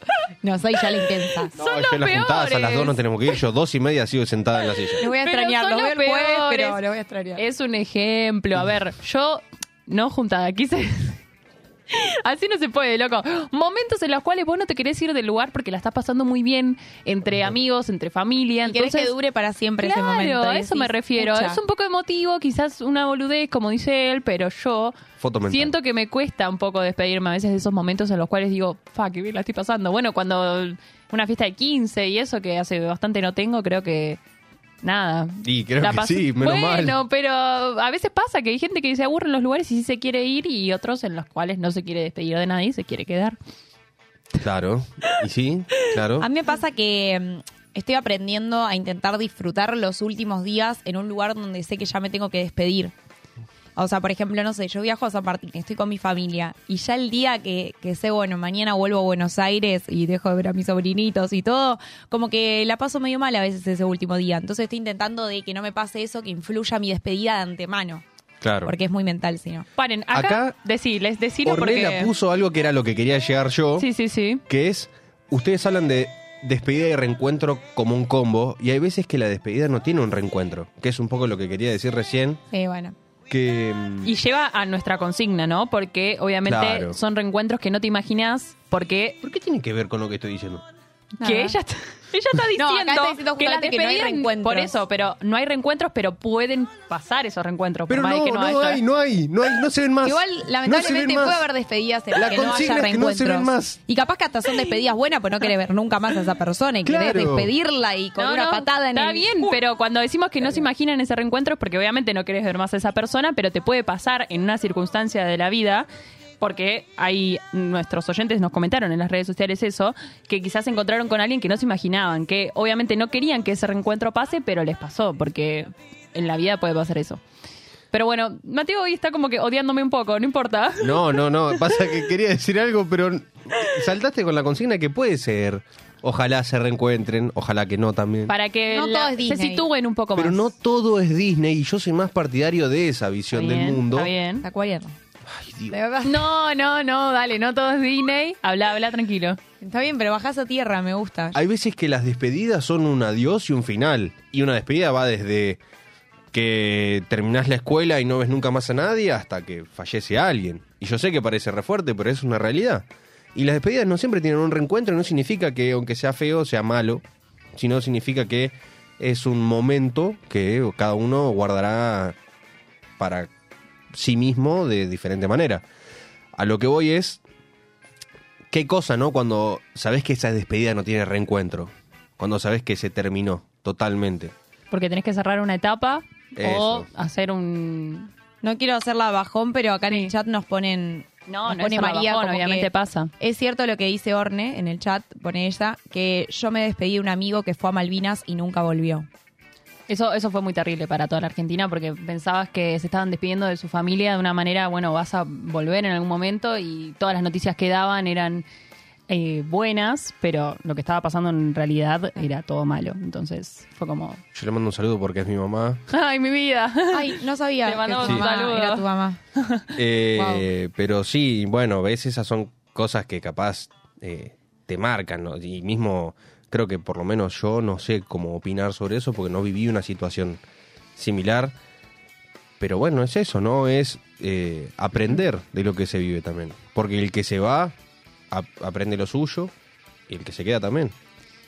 S3: No soy yo la intensa.
S4: No,
S5: son
S4: yo
S5: los
S4: en las juntadas a las dos
S5: peores.
S4: no tenemos que ir. Yo dos y media sigo sentada en la silla.
S3: Los voy a
S5: Pero
S3: extrañar,
S5: son
S3: los veo
S5: los
S3: el jueves,
S5: peores.
S3: pero los voy a extrañar.
S5: Es un ejemplo. A ver, yo. No juntada, quise. Así no se puede, loco. Momentos en los cuales vos no te querés ir del lugar porque la estás pasando muy bien entre amigos, entre familia.
S3: Y querés
S5: Entonces,
S3: que dure para siempre
S5: claro,
S3: ese momento.
S5: a
S3: y
S5: eso
S3: decís,
S5: me refiero.
S3: pucha.
S5: Es un poco emotivo, quizás una boludez, como dice él, pero yo
S4: Foto mental.
S5: siento que me cuesta un poco despedirme a veces de esos momentos en los cuales digo, fuck, qué bien la estoy pasando. Bueno, cuando una fiesta de 15 y eso que hace bastante no tengo, creo que nada.
S4: Y creo
S5: La
S4: que
S5: pas-
S4: sí, menos
S5: bueno,
S4: mal.
S5: pero a veces pasa que hay gente que se aburre en los lugares y sí se quiere ir y otros en los cuales no se quiere despedir de nadie y se quiere quedar.
S4: Claro. Y sí, claro.
S3: A mí me pasa que mm, estoy aprendiendo a intentar disfrutar los últimos días en un lugar donde sé que ya me tengo que despedir. O sea, por ejemplo, no sé, yo viajo a San Martín, estoy con mi familia y ya el día que, que sé, bueno, mañana vuelvo a Buenos Aires y dejo de ver a mis sobrinitos y todo, como que la paso medio mal a veces ese último día. Entonces estoy intentando de que no me pase eso, que influya mi despedida de antemano,
S4: Claro.
S3: porque es muy mental, si no.
S5: Paren, acá,
S4: Acá,
S5: deciles, decilo
S4: Ornella
S5: porque...
S4: puso algo que era lo que quería llegar yo,
S5: Sí, sí, sí.
S4: que es, ustedes hablan de despedida y reencuentro como un combo, y hay veces que la despedida no tiene un reencuentro, que es un poco lo que quería decir recién,
S3: Sí, Eh, bueno.
S4: que... mm,
S5: Y lleva a nuestra consigna, ¿no? Porque obviamente
S4: Claro.
S5: son reencuentros que no te imaginas porque
S4: mm, ¿Por qué tiene que ver con lo que estoy diciendo?
S3: Nada.
S5: que ella está, ella está
S3: No,
S5: diciendo,
S3: acá está diciendo
S5: que las
S3: justamente que no hay
S5: despedidas-
S3: reencuentros.
S5: Por eso, pero no hay reencuentros, pero pueden pasar esos reencuentros.
S4: Pero
S5: por más
S4: no,
S5: de que no,
S4: no,
S5: haya.
S4: hay, no hay, no hay, no se ven más.
S3: Igual,
S4: No se
S3: lamentablemente,
S4: ven más.
S3: puede haber despedidas en
S4: La
S3: las que no
S4: consigna
S3: haya
S4: es que no
S3: reencuentros.
S4: se ven más.
S3: Y capaz que hasta son despedidas buenas, pues no querés ver nunca más a esa persona y querés
S4: Claro.
S3: despedirla y con
S5: No,
S3: una
S5: no,
S3: patada en
S5: está
S3: el...
S5: bien, pero cuando decimos que no se imaginan ese reencuentro es porque obviamente no querés ver más a esa persona, pero te puede pasar en una circunstancia de la vida. Porque hay nuestros oyentes nos comentaron en las redes sociales eso, que quizás se encontraron con alguien que no se imaginaban, que obviamente no querían que ese reencuentro pase, pero les pasó, porque en la vida puede pasar eso. Pero bueno, Mateo hoy está como que odiándome un poco, no importa.
S4: No, no, no. Pasa que quería decir algo, pero saltaste con la consigna que puede ser. Ojalá se reencuentren, ojalá que no también.
S5: Para que
S3: No
S5: la-
S3: todo es
S5: se
S3: Disney.
S5: sitúen un poco
S4: Pero
S5: más.
S4: no todo es Disney y yo soy más partidario de esa
S5: Está
S4: visión del
S5: bien,
S4: mundo.
S5: Está bien.
S3: Está cuaderno.
S4: Ay, Dios.
S3: De verdad.
S5: No, no, no, dale, no todo es Disney. Habla, habla tranquilo.
S3: Está bien, pero bajás a tierra, me gusta.
S4: Hay veces que las despedidas son un adiós y un final. Y una despedida va desde que terminás la escuela y no ves nunca más a nadie hasta que fallece alguien. Y yo sé que parece re fuerte, pero es una realidad. Y las despedidas no siempre tienen un reencuentro, no significa que aunque sea feo, sea malo, sino significa que es un momento que cada uno guardará para sí mismo de diferente manera. A lo que voy es, qué cosa, ¿no? Cuando sabés que esa despedida no tiene reencuentro. Cuando sabés que se terminó totalmente.
S5: Porque tenés que cerrar una etapa o
S4: Eso.
S5: hacer un...
S3: No quiero hacerla bajón, pero acá en
S5: Sí.
S3: el chat nos ponen...
S5: No,
S3: nos
S5: no
S3: pone
S5: es
S3: María
S5: bajón,
S3: como
S5: obviamente
S3: que
S5: pasa.
S3: Es cierto lo que dice Orne en el chat, pone ella, que yo me despedí de un amigo que fue a Malvinas y nunca volvió.
S5: Eso, eso fue muy terrible para toda la Argentina porque pensabas que se estaban despidiendo de su familia de una manera, bueno, vas a volver en algún momento y todas las noticias que daban eran eh, buenas, pero lo que estaba pasando en realidad era todo malo. Entonces fue como,
S4: Yo le mando un saludo porque es mi mamá.
S5: ¡ay, mi vida!
S3: Ay, no sabía
S5: Te mandamos
S3: que tu
S4: un
S3: mamá
S5: saludo.
S3: era tu mamá.
S4: Eh, Pero sí, bueno, ves, esas son cosas que capaz eh, te marcan, ¿no? Y mismo creo que por lo menos yo no sé cómo opinar sobre eso porque no viví una situación similar. Pero bueno, es eso, ¿no? Es eh, aprender de lo que se vive también. Porque el que se va ap- aprende lo suyo y el que se queda también.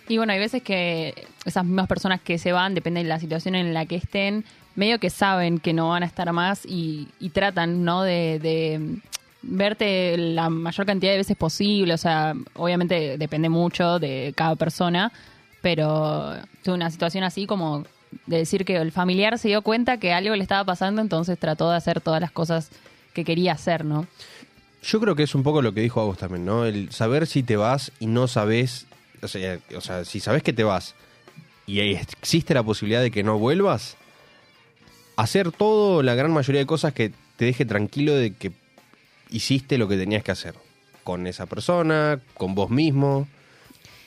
S5: Y bueno, hay veces que esas mismas personas que se van, depende de la situación en la que estén, medio que saben que no van a estar más y, y tratan, ¿no? De, de verte la mayor cantidad de veces posible. O sea, obviamente depende mucho de cada persona, pero tuve una situación así como de decir que el familiar se dio cuenta que algo le estaba pasando, entonces trató de hacer todas las cosas que quería hacer, ¿no?
S4: Yo creo que es un poco lo que dijo Agus también, ¿no? El saber si te vas y no sabes, o sea, o sea, si sabes que te vas y ahí existe la posibilidad de que no vuelvas, hacer todo, la gran mayoría de cosas que te deje tranquilo de que hiciste lo que tenías que hacer. Con esa persona, con vos mismo.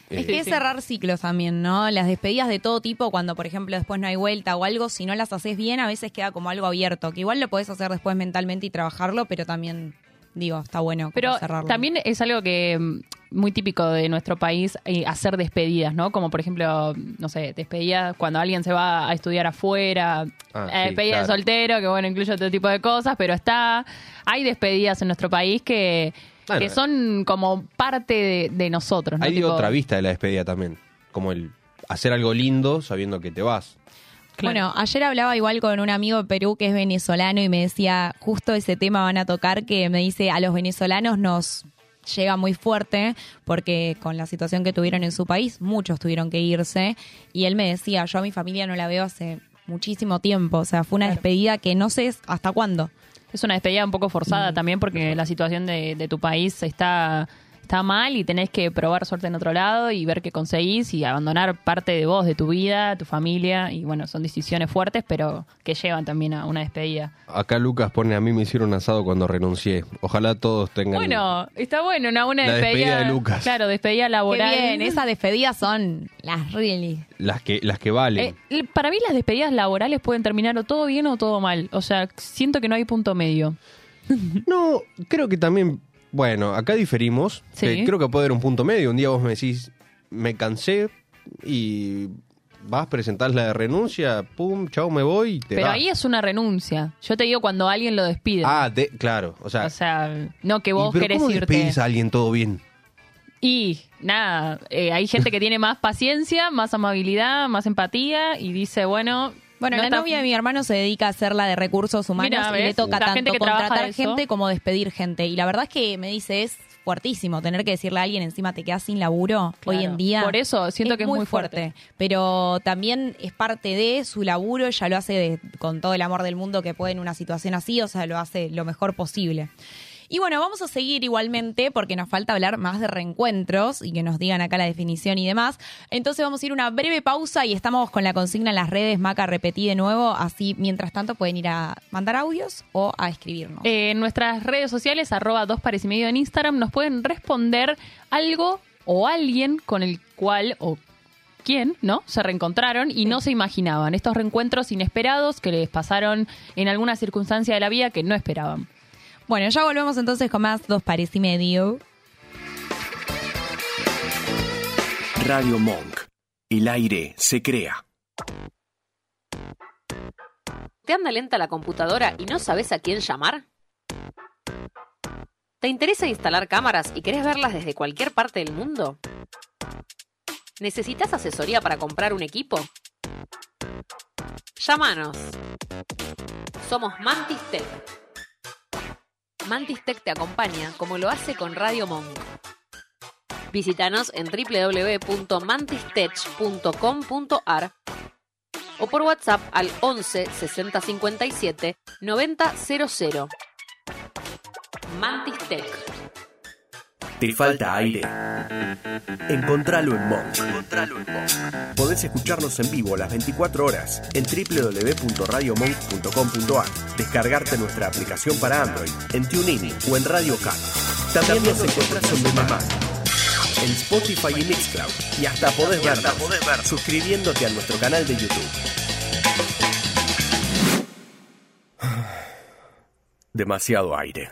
S3: Es
S4: Eh,
S3: que es cerrar ciclos también, ¿no? Las despedidas de todo tipo, cuando por ejemplo después no hay vuelta o algo, si no las haces bien, a veces queda como algo abierto, que igual lo podés hacer después mentalmente y trabajarlo, pero también, digo, está bueno como
S5: Pero
S3: cerrarlo.
S5: también es algo que mm, muy típico de nuestro país, eh, hacer despedidas, ¿no? Como por ejemplo, no sé, despedidas cuando alguien se va a estudiar afuera,
S4: Ah,
S5: eh,
S4: sí,
S5: despedida
S4: claro.
S5: de soltero, que bueno, incluye otro tipo de cosas, pero está, hay despedidas en nuestro país que,
S4: Bueno,
S5: que son como parte de, de nosotros, ¿no?
S4: hay
S5: Tipo,
S4: otra vista de la despedida también, como el hacer algo lindo sabiendo que te vas.
S5: claro.
S3: Bueno, ayer hablaba igual con un amigo de Perú que es venezolano y me decía, justo ese tema van a tocar, que me dice, a los venezolanos nos llega muy fuerte porque con la situación que tuvieron en su país, muchos tuvieron que irse. Y él me decía, yo a mi familia no la veo hace muchísimo tiempo, o sea, fue una despedida que no sé hasta cuándo.
S5: Es una despedida un poco forzada
S4: Mm.
S5: también porque la situación de, de tu país está, está mal y tenés que probar suerte en otro lado y ver qué conseguís y abandonar parte de vos, de tu vida, tu familia. Y bueno, son decisiones fuertes, pero que llevan también a una despedida.
S4: Acá Lucas pone a mí me hicieron asado cuando renuncié. Ojalá todos tengan
S5: Bueno, está bueno, una, una
S4: La
S5: despedida.
S4: despedida de Lucas.
S5: Claro, despedida
S3: Qué
S5: laboral.
S3: bien, esas despedidas son las really.
S4: las que las que valen.
S5: Eh, l- para mí las despedidas laborales pueden terminar o todo bien o todo mal. O sea, siento que no hay punto medio.
S4: No, creo que también, bueno, acá diferimos.
S5: Sí.
S4: Eh, creo que puede haber un punto medio. Un día vos me decís, me cansé y vas, presentás la de renuncia, pum, chao, me voy y te
S5: Pero
S4: vas.
S5: ahí es una renuncia. Yo te digo cuando alguien lo despide.
S4: Ah, de- claro, o sea...
S5: O sea, no que
S4: ¿y
S5: vos
S4: pero
S5: querés
S4: ¿cómo
S5: irte.
S4: despedís a alguien todo bien?
S5: Y nada, eh, hay gente que tiene más paciencia, más amabilidad, más empatía y dice, bueno,
S3: Bueno,
S5: no
S3: la
S5: está-
S3: novia de mi hermano se dedica a hacer la de recursos humanos
S5: Mira,
S3: y le
S5: ¿ves?
S3: toca
S5: La
S3: tanto
S5: gente que trabaja
S3: contratar
S5: de eso.
S3: gente como despedir gente. Y la verdad es que me dice, es fuertísimo tener que decirle a alguien, encima te quedas sin laburo
S5: Claro.
S3: hoy en día.
S5: Por eso siento que es muy fuerte.
S3: Pero también es parte de su laburo, ella lo hace de- con todo el amor del mundo que puede en una situación así, o sea, lo hace lo mejor posible. Y bueno, vamos a seguir igualmente porque nos falta hablar más de reencuentros y que nos digan acá la definición y demás. Entonces vamos a ir a una breve pausa y estamos con la consigna en las redes, Maca, repetí de nuevo, así mientras tanto pueden ir a mandar audios o a escribirnos.
S5: Eh, en nuestras redes sociales, arroba dos pares y medio en Instagram, nos pueden responder algo o alguien con el cual o quién, ¿no? Se reencontraron y no se imaginaban. Estos reencuentros inesperados que les pasaron en alguna circunstancia de la vida que no esperaban.
S3: Bueno, ya volvemos entonces con más dos pares y medio.
S2: Radio Monk. El aire se crea.
S7: ¿Te anda lenta la computadora y no sabes a quién llamar? ¿Te interesa instalar cámaras y querés verlas desde cualquier parte del mundo? ¿Necesitas asesoría para comprar un equipo? Llámanos. Somos Mantis Tech. Mantis Tech te acompaña como lo hace con Radio Monk. Visítanos en www.mantistech.com.ar o por WhatsApp al 11 60 57 90 00. Mantis Tech.
S2: Te falta aire. Encontralo en Monk. Podés escucharnos en vivo las 24 horas en www.radiomonk.com.ar. Descargarte nuestra aplicación para Android en TuneIn o en Radio Cat. También nos encontrás en Mamá. En Spotify y Mixcloud. Y hasta podés vernos suscribiéndote a nuestro canal de YouTube. Demasiado aire.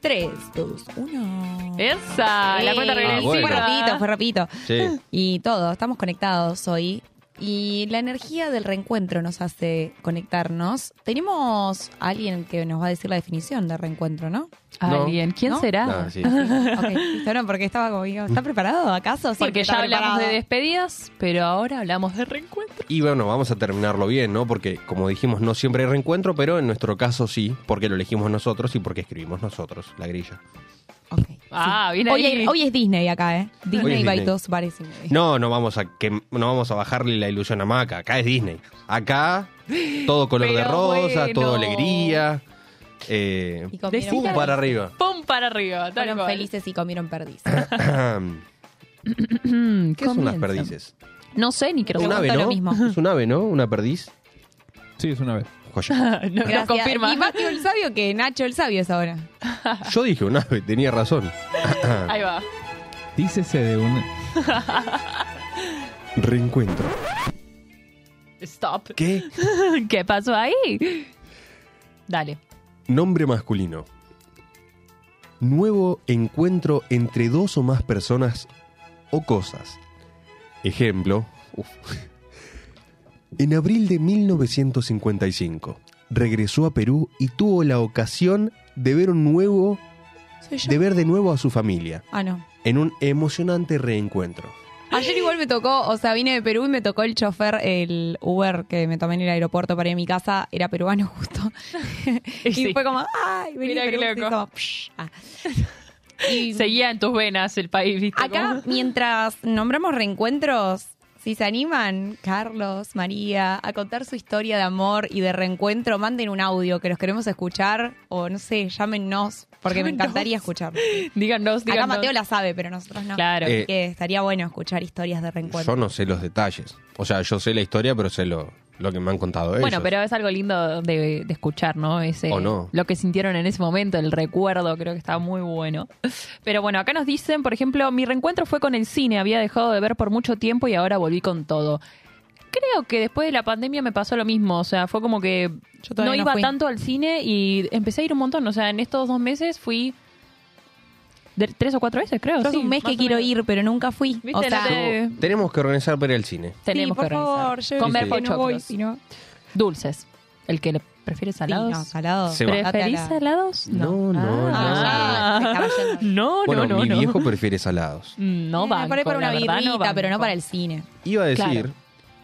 S3: Tres, dos, uno.
S5: Esa, la cuenta
S3: Ey,
S5: regresiva.
S4: Ah, bueno.
S3: Fue rapidito, fue rapidito.
S4: Sí.
S3: Y todo, estamos conectados hoy. Y la energía del reencuentro nos hace conectarnos. Tenemos a alguien que nos va a decir la definición de reencuentro, ¿no?
S5: Ay,
S4: No.
S5: bien. ¿Quién
S3: ¿No?
S5: será?
S4: Ah, sí.
S3: Ok, listo, no, porque estaba como, digo, ¿está preparado acaso? Siempre
S5: Porque ya
S3: está
S5: hablamos
S3: preparado.
S5: de despedidas, pero ahora hablamos de reencuentro.
S4: Y bueno, vamos a terminarlo bien, ¿no? Porque, como dijimos, no siempre hay reencuentro, pero en nuestro caso sí, porque lo elegimos nosotros y porque escribimos nosotros, la grilla.
S3: Ok, sí.
S5: Ah, bien
S3: hoy,
S5: ahí.
S3: hay- hoy es Disney acá, ¿eh? Disney
S4: Disney.
S3: by dos bares y medio.
S4: No, no vamos a que no vamos a bajarle la ilusión a Maca. Acá es Disney. Acá todo color de
S5: Pero
S4: rosa, todo
S5: bueno.
S4: alegría. Eh,
S3: Y comieron
S4: pum
S3: perdiz.
S4: para arriba.
S5: Pum para arriba. Tal
S3: Fueron
S5: cual.
S3: felices y comieron perdiz.
S4: ¿Qué son las perdices?
S5: Mm, No sé ni quiero
S4: Un
S3: Pregunto
S4: ave,
S3: lo
S4: ¿no?
S3: mismo.
S4: Es un ave, ¿no? Una perdiz.
S6: Sí, es una vez.
S4: Joya.
S5: saber. No, no
S3: Gracias.
S5: confirma.
S3: Y más que el sabio que Nacho el sabio es ahora.
S4: Yo dije un ave, tenía razón.
S5: Ahí va.
S6: Dícese de un...
S4: Reencuentro.
S5: Stop.
S4: ¿Qué?
S5: ¿Qué pasó ahí? Dale.
S4: Nombre masculino. Nuevo encuentro entre dos o más personas o cosas. Ejemplo. uf. En abril de 1955, regresó a Perú y tuvo la ocasión de ver, un nuevo,
S3: Soy yo.
S4: de ver de nuevo a su familia
S3: Ah, no.
S4: en un emocionante reencuentro.
S3: Ayer igual me tocó, o sea, vine de Perú y me tocó el chofer, el Uber que me tomé en el aeropuerto para ir a mi casa, era peruano justo. y
S5: Sí.
S3: fue como, ay, vení
S5: Mirá
S3: de
S5: qué
S3: Perú",
S5: loco.
S3: y como, "Psh". Ah. Y
S5: Seguía en tus venas el país, ¿viste?
S3: acá,
S5: Como-
S3: mientras nombramos reencuentros, si se animan, Carlos, María, a contar su historia de amor y de reencuentro, manden un audio que los queremos escuchar, o no sé, llámenos, porque
S5: Llámenos.
S3: me encantaría escuchar.
S5: Díganos, díganos.
S3: Acá Mateo la sabe, pero nosotros no.
S5: Claro.
S4: Eh,
S3: Así que estaría bueno escuchar historias de reencuentro.
S4: Yo no sé los detalles. O sea, yo sé la historia, pero sé lo, lo que me han contado ellos.
S5: bueno, pero es algo lindo de, de escuchar, ¿no? Ese,
S4: O no.
S5: Lo que sintieron en ese momento, el recuerdo, creo que está muy bueno. Pero bueno, acá nos dicen, por ejemplo, mi reencuentro fue con el cine, había dejado de ver por mucho tiempo y ahora volví con todo. Creo que después de la pandemia me pasó lo mismo, o sea, fue como que
S3: Yo
S5: no
S3: todavía no
S5: iba
S3: fui.
S5: tanto al cine y empecé a ir un montón, o sea, en estos dos meses fui de- tres o cuatro veces, creo.
S3: Yo hace
S5: sí,
S3: un mes
S5: más
S3: que
S5: o
S3: quiero
S5: menos.
S3: ir, pero nunca fui.
S5: ¿Viste?
S3: O sea,
S5: No te- eh,
S4: Tenemos que organizar para ir al cine.
S5: Tenemos
S3: sí, por
S5: que organizar.
S3: favor, llévenme,
S5: comer
S3: que no voy,
S5: pochoclos,
S3: si no.
S5: dulces. El que le prefiere
S3: Sí,
S5: salados.
S3: no, salado.
S4: Se va.
S5: ¿Preferís salados?
S4: No, no,
S5: Ah.
S3: no. Ah, se estaba yendo.
S5: No,
S4: bueno,
S5: no, no.
S4: mi
S5: no.
S4: viejo prefiere salados.
S5: Mm, No
S3: Eh,
S5: banco,
S3: por ahí para una
S5: la verdad,
S3: birrita,
S5: banco.
S3: pero no para el cine.
S4: Iba a decir,
S5: Claro.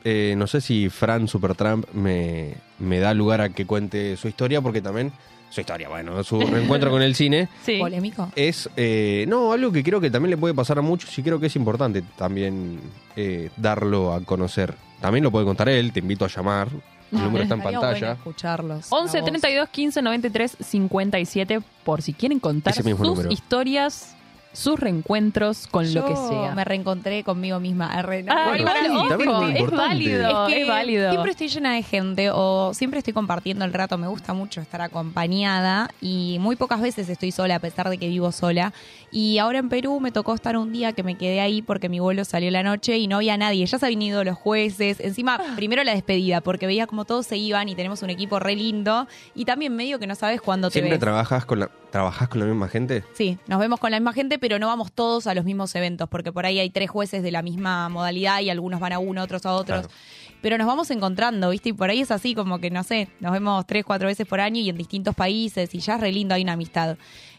S4: eh, no sé si Fran Supertramp me, me da lugar a que cuente su historia, porque también su historia, bueno, su reencuentro con el cine
S5: Sí.
S3: Polémico.
S4: es, eh, no, algo que creo que también le puede pasar a muchos y creo que es importante también eh, darlo a conocer. También lo puede contar él, te invito a llamar,
S5: Ah,
S4: el número está en
S3: Estaría bueno
S4: pantalla.
S3: escucharlos.
S5: 11
S3: la voz.
S5: 32 15 93 57 por si quieren contar
S4: Ese
S5: sus
S4: mismo número.
S5: historias, sus reencuentros con lo
S3: Yo
S5: que sea.
S3: me reencontré conmigo misma. Arre, no,
S5: Ah,
S3: no,
S4: Bueno,
S5: igual,
S4: sí,
S5: ojo,
S4: también es muy
S5: es
S4: importante.
S5: válido, es,
S3: que
S5: válido.
S3: Siempre estoy llena de gente o siempre estoy compartiendo el rato. Me gusta mucho estar acompañada y muy pocas veces estoy sola, a pesar de que vivo sola. Y ahora en Perú me tocó estar un día que me quedé ahí porque mi vuelo salió la noche y no había nadie. Ya se habían ido los jueces. Encima,
S5: Ah.
S3: primero la despedida porque veía como todos se iban y tenemos un equipo re lindo. Y también medio que no sabes cuándo te
S4: ¿Siempre
S3: ves.
S4: trabajas con, la, trabajas con la misma gente?
S3: Sí, nos vemos con la misma gente, pero no vamos todos a los mismos eventos, porque por ahí hay tres jueces de la misma modalidad y algunos van a uno, otros a otros. Pero nos vamos encontrando, ¿viste? Y por ahí es así, como que no sé, nos vemos tres, cuatro veces por año y en distintos países y ya es re lindo, hay una amistad.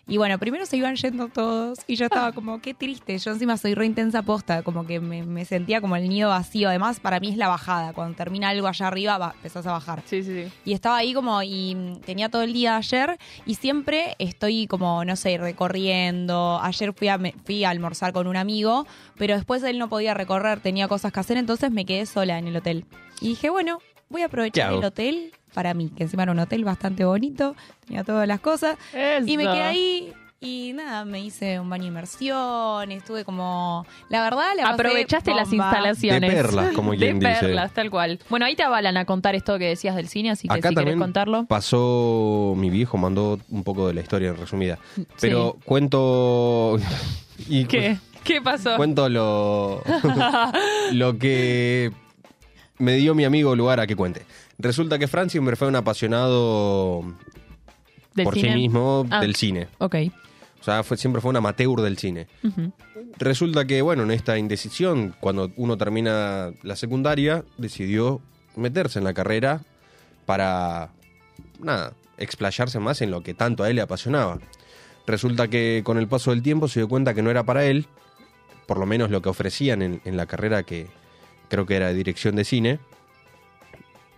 S3: Y bueno, primero se iban yendo todos y yo estaba como, qué triste. Yo encima soy re intensa posta, como que me, me sentía como el nido vacío. Además, para mí es la bajada. Cuando termina algo allá arriba, va, empezás a bajar.
S5: Sí, sí, sí.
S3: Y estaba ahí como, y mm, tenía todo el día ayer, y siempre estoy como, no sé, recorriendo. Ayer fui a, me- fui a almorzar con un amigo, pero después él no podía recorrer, tenía cosas que hacer, entonces me quedé sola en el hotel. Y dije, bueno, voy a aprovechar
S4: ¿Qué hago?
S3: el hotel para mí, que encima era un hotel bastante bonito, tenía todas las cosas. Y me quedé ahí y nada, me hice un baño de inmersión, estuve como... La verdad, la pasé
S5: Aprovechaste las
S3: bomba.
S4: De
S5: instalaciones.
S4: perlas, como
S5: De
S4: quien dice.
S5: perlas, tal cual. Bueno, ahí te avalan a contar esto que decías del cine, así que
S4: Acá
S5: si querés
S4: también
S5: contarlo.
S4: pasó mi viejo, mandó un poco de la historia en resumida. Pero cuento. y cu-
S5: ¿Qué? ¿Qué pasó?
S4: Cuento lo. lo que me dio mi amigo lugar a que cuente. Resulta que Fran siempre fue un apasionado
S5: ¿Del
S4: por
S5: cine?
S4: sí mismo
S5: Ah.
S4: del cine.
S5: Ok.
S4: O sea, fue- siempre fue un amateur del cine.
S5: Ujú.
S4: Resulta que, bueno, en esta indecisión, cuando uno termina la secundaria, decidió meterse en la carrera para, nada, explayarse más en lo que tanto a él le apasionaba. Resulta que con el paso del tiempo se dio cuenta que no era para él, por lo menos lo que ofrecían en, en la carrera que creo que era de dirección de cine.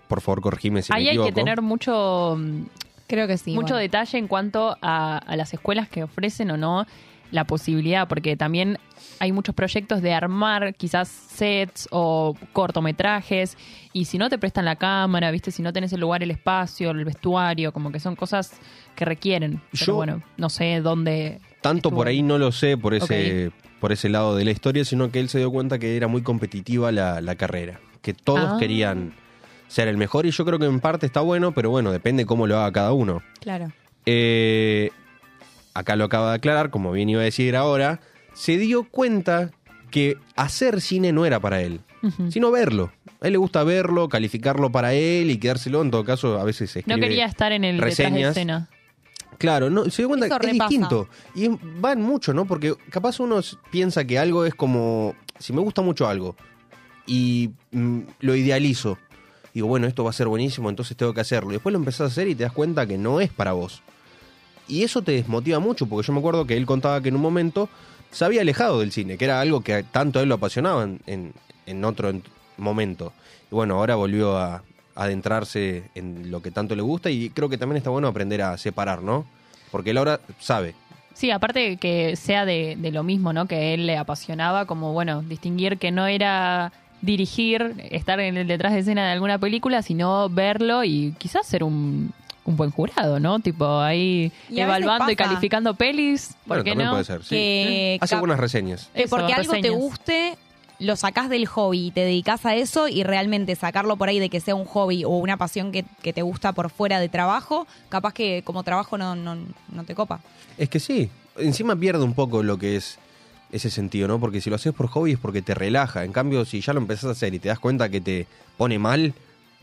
S4: Por favor, corregime si me
S5: Ahí hay que
S4: equivoco.
S5: tener mucho, mm,
S3: Creo que sí.
S5: mucho
S3: bueno.
S5: detalle en cuanto a, a las escuelas que ofrecen o no la posibilidad, porque también hay muchos proyectos de armar quizás sets o cortometrajes, y si no te prestan la cámara, viste, si no tenés el lugar, el espacio, el vestuario, como que son cosas que requieren. Pero
S4: Yo-
S5: bueno, no sé dónde.
S4: Tanto por
S5: estuvo.
S4: ahí no lo sé por ese, por ese lado de la historia, sino que él se dio cuenta que era muy competitiva la, la carrera, que todos
S5: Ah.
S4: querían ser el mejor y yo creo que en parte está bueno, pero bueno, depende cómo lo haga cada uno.
S3: Claro.
S4: Eh, acá lo acaba de aclarar, como bien iba a decir ahora, se dio cuenta que hacer cine no era para él,
S5: Ujú.
S4: sino verlo. A él le gusta verlo, calificarlo para él y quedárselo, en todo caso a veces se
S5: No
S4: escribe-
S5: quería estar en el detrás de
S4: reseñas.
S5: escena.
S4: Claro, no, se dio cuenta
S3: Eso
S4: que es
S3: repasa.
S4: distinto. Y es- van mucho, ¿no? Porque capaz uno s- piensa que algo es como. Si me gusta mucho algo y mm, lo idealizo, digo, bueno, esto va a ser buenísimo, entonces tengo que hacerlo. Y después lo empezás a hacer y te das cuenta que no es para vos. Y eso te desmotiva mucho, porque yo me acuerdo que él contaba que en un momento se había alejado del cine, que era algo que tanto a él lo apasionaba en, en- en otro en- momento. Y bueno, ahora volvió a a adentrarse en lo que tanto le gusta y creo que también está bueno aprender a separar, ¿no? Porque él ahora sabe.
S5: Sí, aparte que sea de, de lo mismo, ¿no? Que él le apasionaba, como, bueno, distinguir que no era dirigir, estar en el detrás de escena de alguna película, sino verlo y quizás ser un, un buen jurado, ¿no? Tipo ahí
S3: Y a veces
S5: evaluando y
S3: pasa.
S5: calificando pelis,
S4: Bueno,
S5: ¿por qué
S4: también
S5: no?
S4: puede ser, sí.
S3: Que
S4: ¿Eh? Hace
S3: cap-
S4: buenas reseñas.
S3: que
S5: Eso,
S3: porque algo te
S5: reseñas.
S3: guste, lo sacás del hobby, y te dedicás a eso y realmente sacarlo por ahí de que sea un hobby o una pasión que, que te gusta por fuera de trabajo, capaz que como trabajo no, no, no te copa.
S4: Es que sí, encima pierde un poco lo que es ese sentido, ¿no? Porque si lo haces por hobby es porque te relaja. En cambio, si ya lo empezás a hacer y te das cuenta que te pone mal,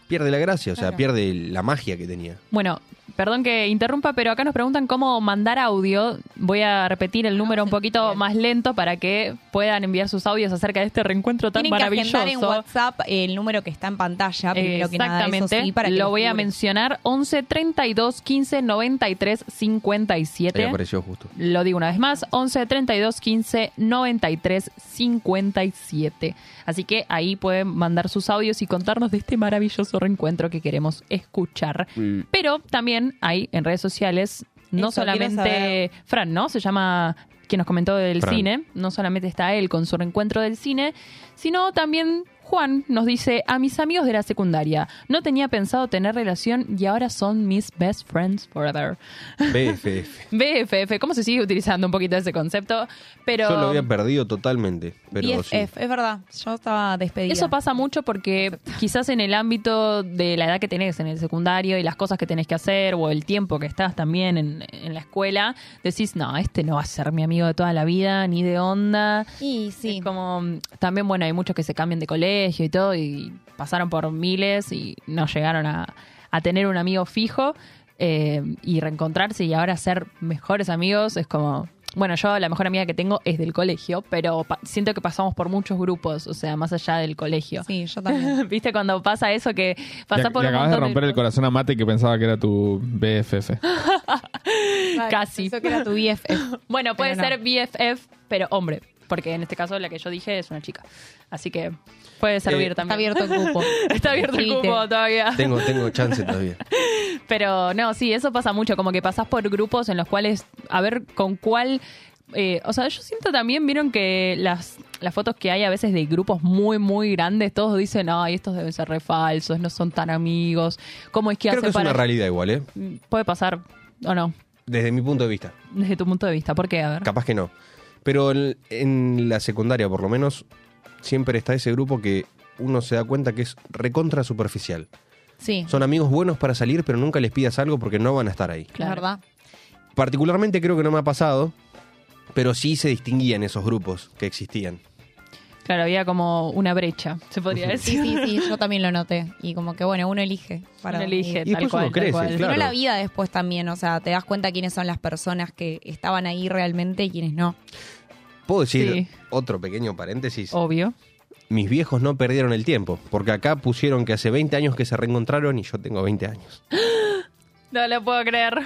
S4: pierde la gracia, o sea, pierde la magia que tenía.
S5: Bueno, perdón que interrumpa, pero acá nos preguntan cómo mandar audio. Voy a repetir
S3: Ah,
S5: el número un poquito más lento para que puedan enviar sus audios acerca de este reencuentro tan
S3: Tienen que
S5: maravilloso.
S3: agendar en WhatsApp el número que está en pantalla, primero que nada, eso
S5: Exactamente.
S3: sí, para que
S5: lo
S3: los
S5: voy a
S3: figuren.
S5: mencionar 11 32 15 93
S4: Ahí
S5: 57.
S4: apareció justo.
S5: Lo digo una vez más, 11 32 15 93 57. Así que ahí pueden mandar sus audios y contarnos de este maravilloso reencuentro que queremos escuchar. Pero también hay en redes sociales, no
S3: Eso, quiero
S5: solamente
S3: saber.
S5: Fran, ¿no? Se llama quien nos comentó del
S4: Fran.
S5: cine, no solamente está él con su reencuentro del cine, sino también Juan nos dice, a mis amigos de la secundaria, no tenía pensado tener relación y ahora son mis best friends forever.
S4: BFF.
S5: BFF, ¿cómo se sigue utilizando un poquito ese concepto? Pero
S4: Yo lo había perdido totalmente, pero sí.
S3: BFF, es verdad, yo estaba despedida.
S5: Eso pasa mucho porque quizás en el ámbito de la edad que tenés en el secundario y las cosas que tenés que hacer o el tiempo que estás también en, en la escuela, decís, no, este no va a ser mi amigo de toda la vida, ni de onda.
S3: Y sí.
S5: Es como, mm, también bueno, hay muchos que se cambian de colegio y todo y pasaron por miles y no llegaron a, a tener un amigo fijo eh, y reencontrarse y ahora ser mejores amigos es como... Bueno, yo la mejor amiga que tengo es del colegio, pero pa- siento que pasamos por muchos grupos, o sea, más allá del colegio.
S3: Sí, yo también.
S5: ¿Viste cuando pasa eso que pasa
S6: Le-
S5: por
S6: le
S5: un
S6: acabas de
S5: montón
S6: romper el corazón a Mate que pensaba que era tu BFF.
S5: Casi.
S3: Pensó que era tu BFF.
S5: Bueno, puede
S3: Pero no.
S5: ser BFF, pero hombre, porque en este caso la que yo dije es una chica. Así que puede servir
S6: Eh,
S3: Está
S5: también.
S3: abierto el cupo.
S5: Está abierto el
S3: Escribite.
S5: cupo todavía.
S4: Tengo, tengo chance todavía.
S5: Pero no, sí, eso pasa mucho, como que pasás por grupos en los cuales, a ver con cuál... eh, o sea, yo siento también, vieron que las, las fotos que hay a veces de grupos muy, muy grandes, todos dicen, ay, estos deben ser re falsos, no son tan amigos, ¿cómo es que
S4: Creo
S5: hacen
S4: que es
S5: para...? Mm,
S4: una realidad igual, ¿eh?
S5: Puede pasar, o no,
S4: Desde mi punto de vista.
S5: desde tu punto de vista, ¿por qué? A ver.
S4: Capaz que no. Pero en, en la secundaria, por lo menos, siempre está ese grupo que uno se da cuenta que es recontra superficial.
S3: Sí,
S4: Son amigos buenos para salir, pero nunca les pidas algo porque no van a estar ahí.
S5: Claro.
S3: la verdad.
S4: Particularmente creo que no me ha pasado, pero sí se distinguían esos grupos que existían.
S5: Claro, había como una brecha, se podría
S3: Sí,
S5: decir.
S3: sí, sí, yo también lo noté. Y como que, bueno, uno elige. Para
S5: Uno elige,
S4: Y
S5: tal
S4: después
S5: cual,
S4: uno
S5: tal
S4: crece,
S5: cual.
S4: claro.
S3: Sino la vida después también, o sea, te das cuenta quiénes son las personas que estaban ahí realmente y quiénes no.
S4: Puedo decir
S5: Sí. Oh.
S4: otro pequeño paréntesis.
S5: Obvio.
S4: Mis viejos no perdieron el tiempo, porque acá pusieron que hace 20 años que se reencontraron y yo tengo 20 años.
S5: No lo puedo creer.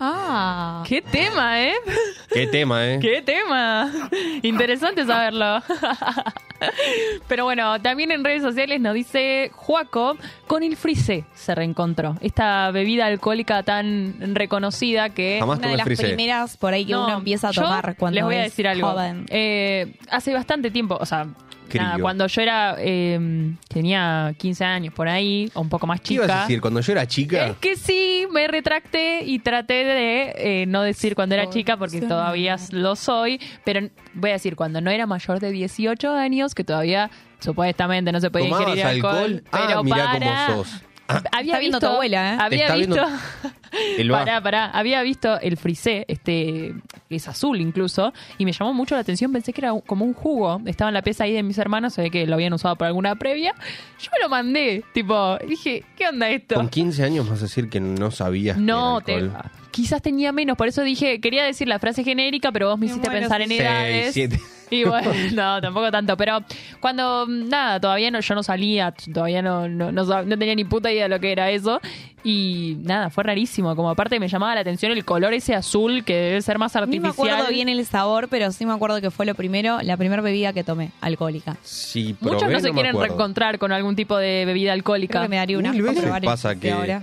S3: Ah,
S5: Qué tema, ¿eh?
S4: Qué tema, ¿eh?
S5: Qué tema. Interesante saberlo. Pero bueno, también en redes sociales nos dice Juaco, con el frisé se reencontró. Esta bebida alcohólica tan reconocida que...
S4: Jamás
S3: una de
S4: tomé
S3: las
S4: frisé.
S3: primeras por ahí que
S5: No,
S3: uno empieza a
S5: yo
S3: tomar cuando
S5: Les voy a
S3: es
S5: decir algo.
S3: joven.
S5: Eh, hace bastante tiempo, o sea,
S4: Crío.
S5: nada, cuando yo era. eh, tenía 15 años por ahí, o un poco más
S4: ¿Qué
S5: chica.
S4: ibas a decir? Cuando yo era chica...
S5: Es que sí, me retracté y traté de eh, no decir cuando era
S3: Soy
S5: chica, porque
S3: soy.
S5: todavía lo soy, pero n- voy a decir cuando no era mayor de 18 años, que todavía supuestamente no se podía
S4: ¿Tomabas
S5: ingerir alcohol.
S4: alcohol? Ah,
S5: pero
S4: mirá
S5: para.
S4: cómo sos.
S5: Había
S3: Está
S5: visto
S3: viendo tu abuela, ¿eh?
S5: Había
S4: Está
S5: visto.
S4: viendo- El va.
S5: Pará, pará. Había visto el frisé, este, que es azul incluso, y me llamó mucho la atención. Pensé que era un- como un jugo. Estaba en la pieza ahí de mis hermanos, se ve que lo habían usado para alguna previa. Yo me lo mandé, tipo, dije, ¿qué onda esto?
S4: Con 15 años vas a decir que no sabías
S5: No,
S4: que
S5: te-
S4: era alcohol.
S5: quizás tenía menos, por eso dije, quería decir la frase genérica, pero vos me hiciste pensar en
S4: Seis,
S5: edades.
S4: siete.
S5: Y bueno, no, tampoco tanto, pero cuando, mm, nada, todavía no, yo no salía, t- todavía no, no, no sab- no tenía ni puta idea de lo que era eso. Y nada, fue rarísimo, como aparte me llamaba la atención el color ese azul que debe ser más
S3: Ni me
S5: artificial.
S3: acuerdo bien el sabor, pero sí me acuerdo que fue lo primero, la primera bebida que tomé, alcohólica.
S4: Sí, probé,
S5: Muchos no se
S4: me
S5: quieren
S4: acuerdo.
S5: reencontrar con algún tipo de bebida
S3: Creo
S5: alcohólica.
S3: que me daría una
S4: Mil veces pasa que-
S3: ahora.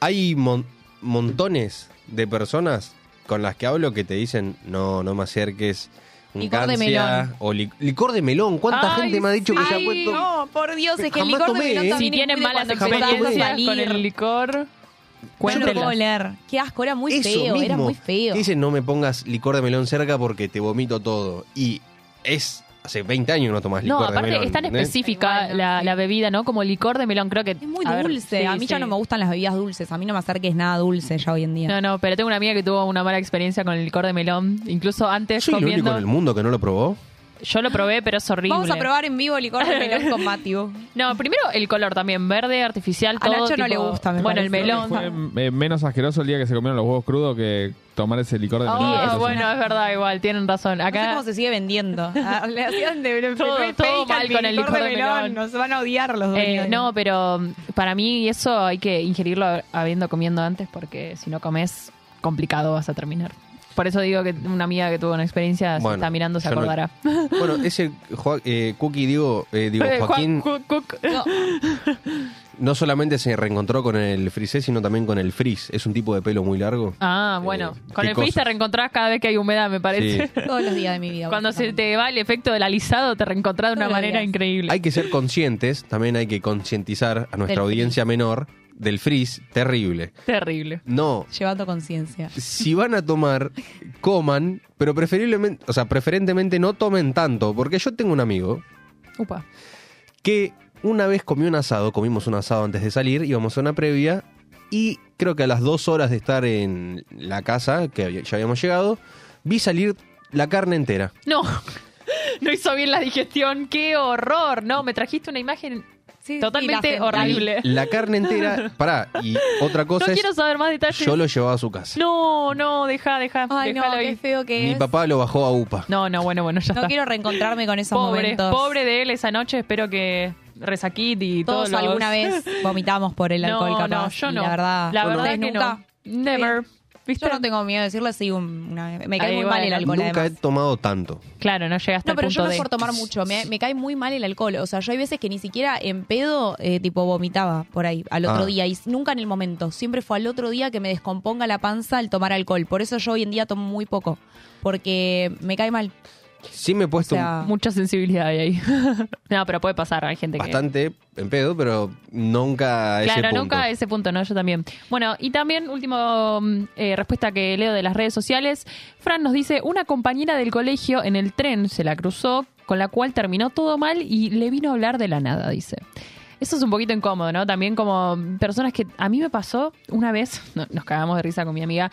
S4: Hay mon- montones de personas con las que hablo que te dicen, no, no me acerques, un
S3: Licor de
S4: cancia",
S3: melón.
S4: o li- licor de melón. ¿Cuánta
S5: Ay,
S4: gente me ha dicho que se ha
S5: sí.
S4: puesto?
S3: No, por Dios, es que el
S4: Jamás
S3: licor de
S4: tomé,
S3: melón
S4: ¿eh?
S5: Si
S3: también
S5: tienen
S3: incluye
S5: malas
S3: cuando empezás a
S5: experiencias con
S3: salir.
S5: el licor,
S3: Yo no lo puedo
S5: cuéntenlas.
S3: leer. Qué asco, era muy
S4: Eso
S3: feo,
S4: mismo.
S3: era muy feo.
S4: Te dicen, no me pongas licor de melón cerca porque te vomito todo. Y es, hace 20 años no tomas
S5: No,
S4: licor de
S5: aparte
S4: melón.
S5: es tan
S4: ¿entendés?
S5: específica
S3: Igual, ¿no?
S5: la,
S3: Sí.
S5: la bebida, ¿no? Como licor de melón, creo que...
S3: Es muy
S5: a ver,
S3: dulce.
S5: sí,
S3: a mí ya
S5: sí.
S3: no me gustan las bebidas dulces. A mí no me acerques nada dulce ya hoy en día.
S5: No, no, pero tengo una amiga que tuvo una mala experiencia con el licor de melón. Incluso antes
S4: ¿Soy el único
S5: comiendo...
S4: en el mundo que no lo probó?
S5: Yo lo probé, pero es horrible.
S3: Vamos a probar en vivo licor de melón con Matio.
S5: No, primero el color también, verde, artificial,
S3: A
S5: todo.
S3: Nacho no
S5: tipo-
S3: le gusta, me
S5: Bueno, el
S3: parece.
S5: melón.
S6: Fue eh, menos asqueroso el día que se comieron los huevos crudos que tomar ese licor de melón.
S5: Ah,
S6: Entonces,
S5: bueno, es verdad, igual, tienen razón.
S3: No sé
S5: Acá...
S3: cómo se sigue vendiendo. Ah, Le hacían de, de-
S5: Todo-
S3: de-
S5: todo
S3: fake al
S5: mal con el licor de melón.
S3: Nos van a odiar los
S5: eh,
S3: dueños.
S5: no, pero mm, para mí eso hay que ingerirlo habiendo comiendo antes porque si no comes, complicado vas a terminar. Por eso digo que una amiga que tuvo una experiencia se
S4: Bueno,
S5: está mirando, se
S4: yo no-
S5: acordará.
S4: Bueno, ese Joa- eh, Cookie, digo, eh, digo
S5: Eh,
S4: Joaquín,
S5: Juan- Cu- Cuc.
S4: no solamente se reencontró con el frisé, sino también con el frizz. Es un tipo de pelo muy largo.
S5: Ah, bueno.
S4: Eh,
S5: Con
S4: qué
S5: el frizz
S4: cosa.
S5: te reencontrás cada vez que hay humedad, me parece.
S4: Sí.
S3: Todos los días de mi vida.
S5: Cuando se
S3: básicamente.
S5: te va el efecto del alisado, te reencontrás de una
S3: Todos los
S5: manera
S3: días.
S5: increíble.
S4: Hay que ser conscientes, también hay que concientizar a nuestra
S3: Del
S4: audiencia menor del frizz terrible.
S5: Terrible.
S4: No,
S3: Llevando conciencia.
S4: si van a tomar, coman, pero preferiblemente, o sea, preferentemente no tomen tanto, porque yo tengo un amigo
S5: Upa.
S4: que una vez comió un asado, comimos un asado antes de salir, íbamos a una previa y creo que a las dos horas de estar en la casa, que había- ya habíamos llegado, vi salir la carne entera.
S5: No. No hizo bien la digestión. ¡Qué horror! No, me trajiste una imagen
S3: Sí,
S5: Totalmente
S3: sí, la gente.
S5: horrible.
S4: La carne entera, pará, y otra
S5: No
S4: cosa es,
S5: quiero saber más detalles.
S4: yo lo llevaba a su casa.
S5: No, no, deja, deja.
S3: Ay, no,
S5: déjalo
S3: qué
S5: ahí.
S3: feo que
S4: Mi
S3: es.
S4: papá lo bajó a UPA.
S5: No, no, bueno, bueno, ya
S3: No
S5: está.
S3: quiero reencontrarme con esos
S5: pobre,
S3: momentos.
S5: pobre de él esa noche. Espero que Resaquit y
S3: Todos
S5: todos los-
S3: alguna vez vomitamos por el alcohol,
S5: no,
S3: capaz.
S5: No, yo
S3: y
S5: no.
S3: La verdad,
S5: la
S3: ¿ustedes
S5: verdad es que
S3: nunca.
S5: no. Never. ¿Viste?
S3: Yo no tengo miedo de decirlo así un- una vez. Me cae
S5: Ahí
S3: muy
S5: va,
S3: mal el alcohol,
S4: Nunca
S3: además.
S4: he tomado tanto.
S5: Claro, no llegaste
S3: No,
S5: al
S3: pero
S5: punto
S3: yo no
S5: de...
S3: es por tomar mucho. Me, me cae muy mal el alcohol. O sea, yo hay veces que ni siquiera en pedo, eh, tipo, vomitaba por ahí al otro
S4: Ah.
S3: día. Y s- nunca en el momento. Siempre fue al otro día que me descomponga la panza al tomar alcohol. Por eso yo hoy en día tomo muy poco. Porque me cae mal.
S4: Sí me he
S3: O
S4: puesto un-
S3: sea,
S5: Mucha sensibilidad hay ahí. no, pero puede pasar. Hay gente que...
S4: bastante en pedo, pero nunca a ese
S5: Claro,
S4: punto.
S5: nunca a ese punto, ¿no? Yo también. Bueno, y también, última respuesta que leo de las redes sociales. Fran nos dice, una compañera del colegio en el tren se la cruzó, con la cual terminó todo mal y le vino a hablar de la nada, dice. Eso es un poquito incómodo, ¿no? También como personas que a mí me pasó una vez, no- nos cagamos de risa con mi amiga,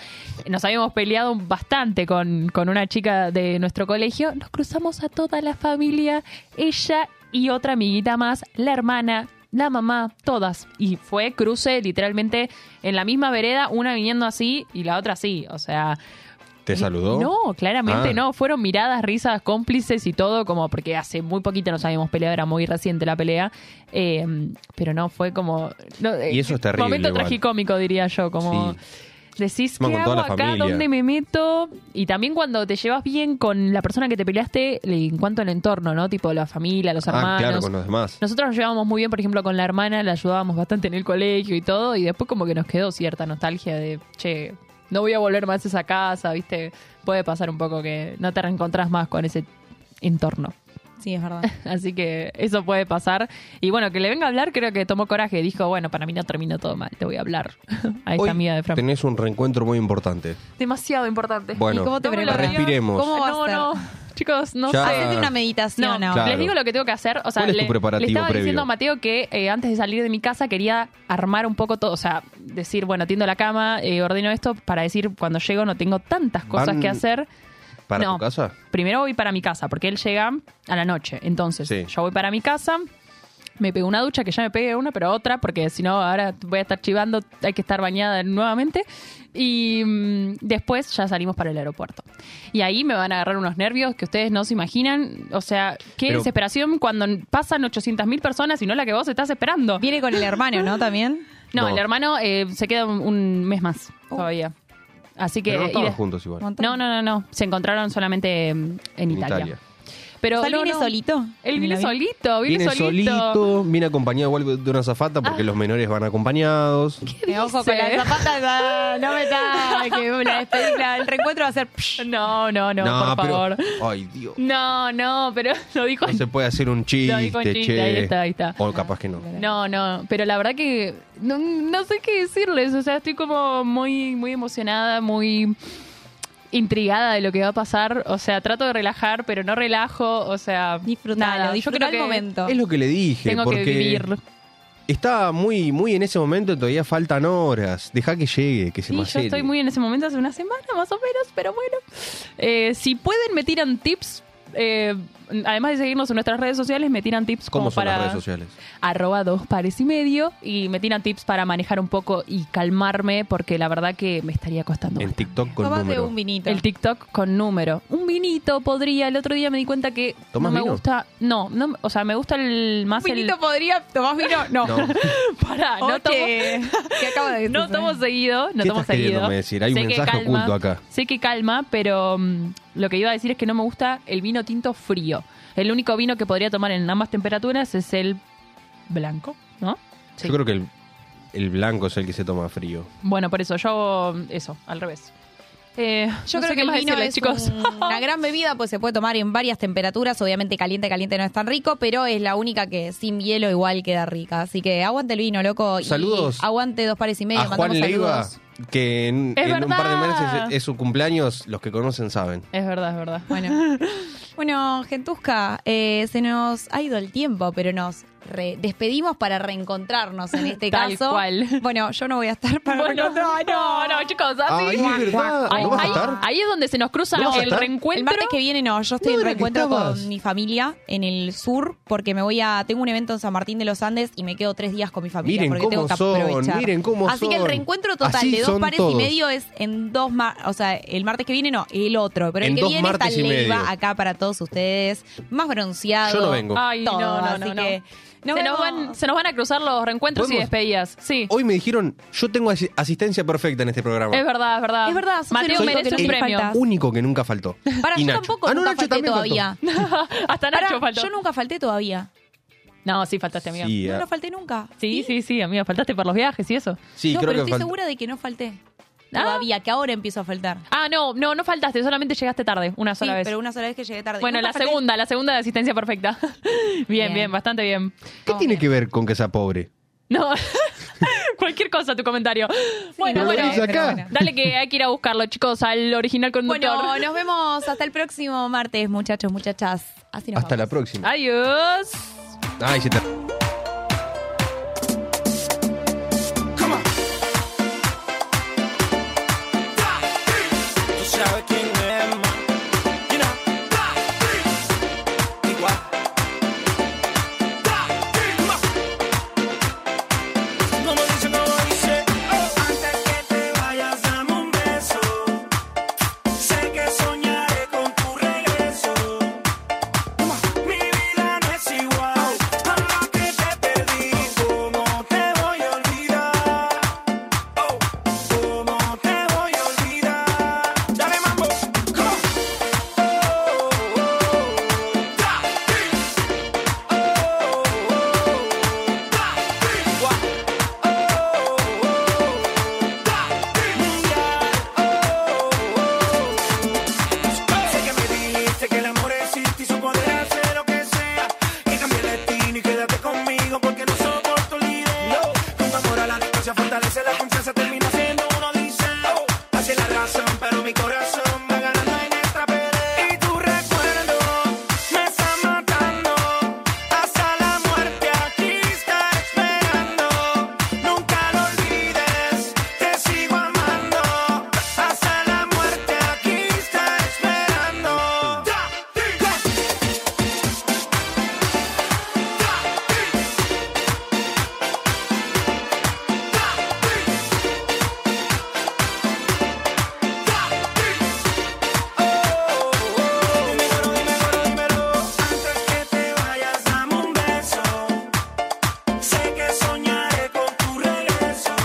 S5: nos habíamos peleado bastante con, con una chica de nuestro colegio, nos cruzamos a toda la familia, ella y otra amiguita más, la hermana, la mamá, todas. Y fue cruce literalmente en la misma vereda, una viniendo así y la otra así, o sea...
S4: ¿Te saludó?
S5: No, claramente
S4: Ah.
S5: no. Fueron miradas, risas, cómplices y todo, como porque hace muy poquito nos habíamos peleado, era muy reciente la pelea. Eh, pero no, fue como. no, eh,
S4: Y eso es terrible
S5: Momento
S4: igual.
S5: tragicómico, diría yo. Como
S4: Sí.
S5: decís,
S4: Encima
S5: ¿qué
S4: con toda
S5: hago
S4: la
S5: acá?
S4: familia".
S5: ¿Dónde me meto? Y también cuando te llevas bien con la persona que te peleaste, le- en cuanto al entorno, ¿no? Tipo la familia, los
S4: Ah,
S5: hermanos.
S4: claro, con los demás.
S5: Nosotros nos llevábamos muy bien, por ejemplo, con la hermana, la ayudábamos bastante en el colegio y todo, y después como que nos quedó cierta nostalgia de, che, no voy a volver más a esa casa, ¿viste? Puede pasar un poco que no te reencontrás más con ese entorno.
S3: sí, es verdad.
S5: Así que eso puede pasar. Y bueno, que le venga a hablar creo que tomó coraje. Dijo, bueno, para mí no terminó todo mal, te voy a hablar a esta
S4: Hoy
S5: amiga de Fran.
S4: Tenés un reencuentro muy importante.
S5: Demasiado importante.
S4: Bueno,
S3: cómo te
S5: No me lo
S3: preparas?
S5: digas.
S4: respiremos.
S3: ¿Cómo va a
S5: No,
S3: ser?
S5: no, chicos, no
S4: Ya.
S5: sé.
S3: Hacete una
S5: No,
S3: meditación ahora.
S4: Claro.
S5: les digo lo que tengo que hacer. O sea,
S4: ¿Cuál es
S5: le,
S4: tu preparativo
S5: le estaba
S4: previo?
S5: diciendo a Mateo que eh, antes de salir de mi casa quería armar un poco todo. O sea, decir, bueno, tiendo la cama, eh, ordeno esto para decir cuando llego no tengo tantas cosas
S4: Van-
S5: que hacer.
S4: ¿Para
S5: no.
S4: tu casa?
S5: Primero voy para mi casa, porque él llega a la noche. Entonces,
S4: Sí.
S5: yo voy para mi casa, me pego una ducha, que ya me pegué una, pero otra, porque si no, ahora voy a estar chivando, hay que estar bañada nuevamente. Y mm, después ya salimos para el aeropuerto. Y ahí me van a agarrar unos nervios que ustedes no se imaginan. O sea, qué
S4: Pero-
S5: desesperación cuando pasan 800.000 personas y no la que vos estás esperando.
S3: Viene con el hermano, ¿no? También.
S5: No,
S4: No.
S5: el hermano eh, se queda un, un mes más
S3: Oh.
S5: todavía. Así que...
S4: Pero no
S5: y
S4: estaban
S5: de-
S4: juntos igual.
S3: Montón.
S5: no, no, no, no. Se encontraron solamente mm, en,
S4: En
S5: Italia.
S4: Italia.
S5: Pero
S3: ¿Sal
S5: no,
S3: viene
S5: no.
S3: solito?
S5: Él viene
S3: ¿En el avión?
S5: solito, viene,
S4: Viene
S5: solito. Ah.
S4: solito, viene acompañado igual de una zafata porque los menores van acompañados.
S3: Me ojo con
S5: dice?
S3: las zapatas, ah, no me da, que la despedida, el reencuentro va a ser...
S5: No, no, no, por
S4: pero-
S5: favor.
S4: Ay, Dios.
S5: No, no, pero lo dijo.
S4: No se puede hacer un chiste,
S5: Lo dijo en chiste,
S4: che.
S5: ahí está, ahí está.
S4: O capaz que no.
S5: No, no, pero la verdad que no, no sé qué decirles, o sea, estoy como muy, muy emocionada, muy intrigada de lo que va a pasar, o sea, trato de relajar, pero no relajo, o sea, nada.
S3: Disfrutalo,
S5: Yo
S3: disfruta
S5: creo
S3: el
S5: que
S3: momento.
S4: Es lo que le dije,
S5: Tengo
S4: porque
S5: que vivir.
S4: está muy, muy en ese momento, todavía faltan horas. Deja que llegue, que se
S5: Sí, yo
S4: macere.
S5: estoy muy en ese momento hace una semana más o menos, pero bueno. Eh, si pueden, me tiran tips. eh, además de seguirnos en nuestras redes sociales, me tiran tips
S4: ¿Cómo
S5: como
S4: son
S5: para
S4: las redes sociales?
S5: arroba dos pares y medio y me tiran tips para manejar un poco y calmarme porque la verdad que me estaría costando.
S4: En
S5: bastante.
S4: TikTok con
S3: Tómate
S4: número.
S3: un vinito.
S5: El TikTok con número. Un vinito podría. El otro día me di cuenta que no
S4: ¿Tomás
S5: me
S4: vino?
S5: gusta. No, no, o sea, me gusta el más
S3: Un vinito
S5: el.
S3: podría, tomás vino, no.
S4: No.
S5: Pará, Ah, no tomo.
S3: Oye, ¿qué acabo de decir?
S5: No tomo seguido, no
S4: ¿Qué
S5: tomo
S4: estás queriéndome decir?
S5: seguido.
S4: Hay un
S5: Sé que
S4: mensaje
S5: calma,
S4: oculto acá.
S5: Sé que calma, pero mm, lo que iba a decir es que no me gusta el vino tinto frío. El único vino que podría tomar en ambas temperaturas es el blanco, ¿no? Sí.
S4: Yo creo que el, el blanco es el que se toma frío.
S5: Bueno, por eso yo mm, eso, al revés. Eh,
S3: Yo creo
S5: no sé
S3: que
S5: qué
S3: el
S5: más
S3: vino
S5: decirles,
S3: es
S5: chicos.
S3: un- una gran bebida, pues se puede tomar en varias temperaturas. Obviamente caliente, caliente no es tan rico, pero es la única que sin hielo igual queda rica. Así que aguante el vino, loco. y
S4: Saludos.
S3: aguante dos pares y medio.
S4: a Juan
S3: mandamos
S4: Leiva,
S3: saludos.
S4: que en,
S5: Es
S4: en un par de
S5: verdad.
S4: meses es, es su cumpleaños, los que conocen saben.
S5: Es verdad, es verdad.
S3: Bueno, bueno Gentusca, eh, se nos ha ido el tiempo, pero nos re- despedimos para reencontrarnos en este
S5: Tal
S3: caso.
S5: cual.
S3: Bueno, yo Ah, no voy a estar para
S5: Bueno, no, no, no, chicos, así.
S4: Ay, es verdad.
S5: Ahí,
S4: ¿No vas a
S5: ahí-
S4: estar?
S5: ahí es donde se nos cruza
S4: ¿No vas a
S5: el
S4: estar?
S3: El
S5: reencuentro.
S3: martes que viene no, yo estoy en
S4: No, era que
S3: reencuentro
S4: estabas.
S3: con mi familia en el sur porque me voy a tengo un evento en San Martín de los Andes y me quedo tres días con mi familia
S4: Miren
S3: porque
S4: cómo
S3: tengo que
S4: son,
S3: aprovechar.
S4: miren cómo
S3: Así que el
S4: son.
S3: reencuentro total
S4: Así
S3: de dos
S4: son
S3: pares
S4: todos.
S3: y medio es en dos, ma- o sea, el martes que viene no, el otro, pero
S4: En
S3: el que
S4: dos
S3: viene está
S4: martes y
S3: Leiva
S4: medio.
S3: acá para todos ustedes, más bronceado.
S4: Yo no vengo.
S5: Ay,
S3: todo,
S5: no, no,
S3: así
S5: no, no.
S3: que nos
S5: se,
S3: vemos.
S5: nos van, se nos van a cruzar los reencuentros y
S4: ¿Podemos?
S5: despedidas. Sí.
S4: Hoy me dijeron, yo tengo asi- asistencia perfecta en este programa.
S5: Es verdad, es verdad.
S3: Es verdad, sos el
S5: Mateo
S3: único que
S5: merece un
S3: no
S5: premio.
S3: falta.
S4: Único que nunca faltó.
S3: Para,
S4: Y
S3: yo
S4: Nacho.
S3: tampoco
S4: Ah, no,
S3: nunca
S4: Nacho
S3: falté
S4: también faltó.
S3: todavía.
S5: Hasta
S3: Pará,
S5: Nacho faltó.
S3: yo nunca falté todavía.
S5: No, sí faltaste, amiga. Sí.
S4: Sí,
S3: No,
S4: ah,
S3: no falté nunca.
S5: sí, sí, amiga. Faltaste por los viajes y eso.
S4: sí,
S3: no,
S4: creo
S3: pero estoy
S4: que faltó.
S3: segura de que no falté.
S5: Ah.
S3: Todavía, que ahora empiezo a faltar.
S5: Ah, no, no, no faltaste. Solamente llegaste tarde, una
S3: Sí,
S5: sola vez.
S3: pero una sola vez que llegué tarde.
S5: Bueno,
S3: Nunca
S5: la
S3: falté.
S5: segunda, la segunda de asistencia perfecta. bien, bien,
S3: Bien.
S5: bastante bien.
S4: ¿Qué tiene que ver con que sea pobre?
S5: No, cualquier cosa tu comentario. bueno,
S4: Pero lo
S5: bueno.
S4: dice acá.
S3: bueno.
S5: Dale que hay que ir a buscarlo, chicos, al original conductor.
S3: Bueno, nos vemos hasta el próximo martes, muchachos, muchachas. Así nos
S4: Hasta la
S3: vamos.
S4: próxima.
S5: Adiós.
S4: Ay, se te-
S8: Tú sabes quién es más. You know. Igual. Como dice, como dice. Antes que te vayas, dame un beso. Sé que soñaré con tu regreso. Mi vida no es igual. A lo que te perdí, ¿cómo te voy a olvidar? Oh, ¿Cómo te voy a olvidar? Dale mambo, come on. Oh, oh, oh, ta, ti. Oh, oh, oh, ta, ti. Guau. Oh, oh, oh, ta, ti. Mundial. Oh, oh, oh. Sé que me dijiste que el amor existe y suponer hacer lo que sea. Que cambie el destino y quédate conmigo porque no soporto el idea. Con tu amor a la distancia fortalece la confianza, termina siendo uno dice. Así es la razón, pero mi corazón va ganando en esta pelea. Y tu recuerdo me está matando. Hasta la muerte aquí está esperando. Nunca lo olvides, te sigo amando. Hasta la muerte aquí está esperando. Ya, ya. Dímelo, dímelo, dímelo. Antes que te vayas, dame un beso. Sé que soñaré con tu regreso.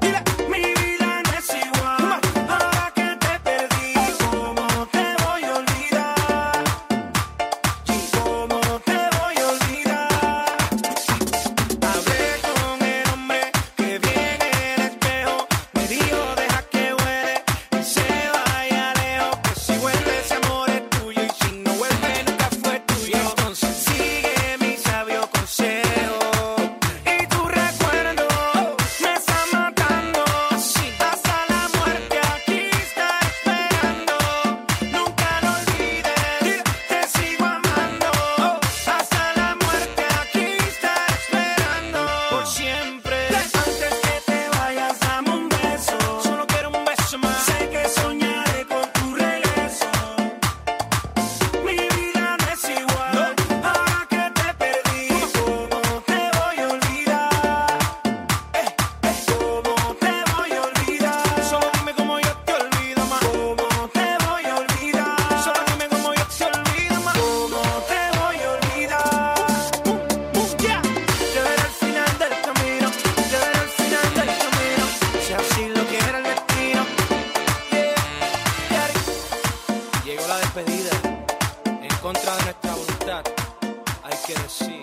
S8: Dile, mi vida no es igual. Ahora que te perdí, ¿cómo te voy a olvidar? ¿Cómo te voy a olvidar? Hablé con el hombre que viene en el espejo. Me dijo, deja que huele y se vaya lejos. Que si vuelve ese amor es tuyo y si no vuelve nunca fue tuyo. Entonces sigue mi sabio consejo. Y tu recuerdo me está matando. Hasta la muerte aquí está esperando. Nunca lo olvides, te sigo amando. Hasta la muerte aquí está esperando. Por siempre. Antes que te vayas, dame un beso. Solo quiero un beso más. Sé que soñaré con tu regreso. Mi vida no es igual. Ahora que te perdí, ¿cómo te voy a olvidar? ¿Cómo te voy a olvidar? Solo dime cómo yo te olvido más. ¿Cómo te voy a olvidar? Solo dime cómo yo te olvido más. ¿Cómo te voy a olvidar? Llegar al final del camino, llegar al final del camino. Si así lo quiere el destino. Llegó la despedida en contra de nuestra voluntad. Hay que decir.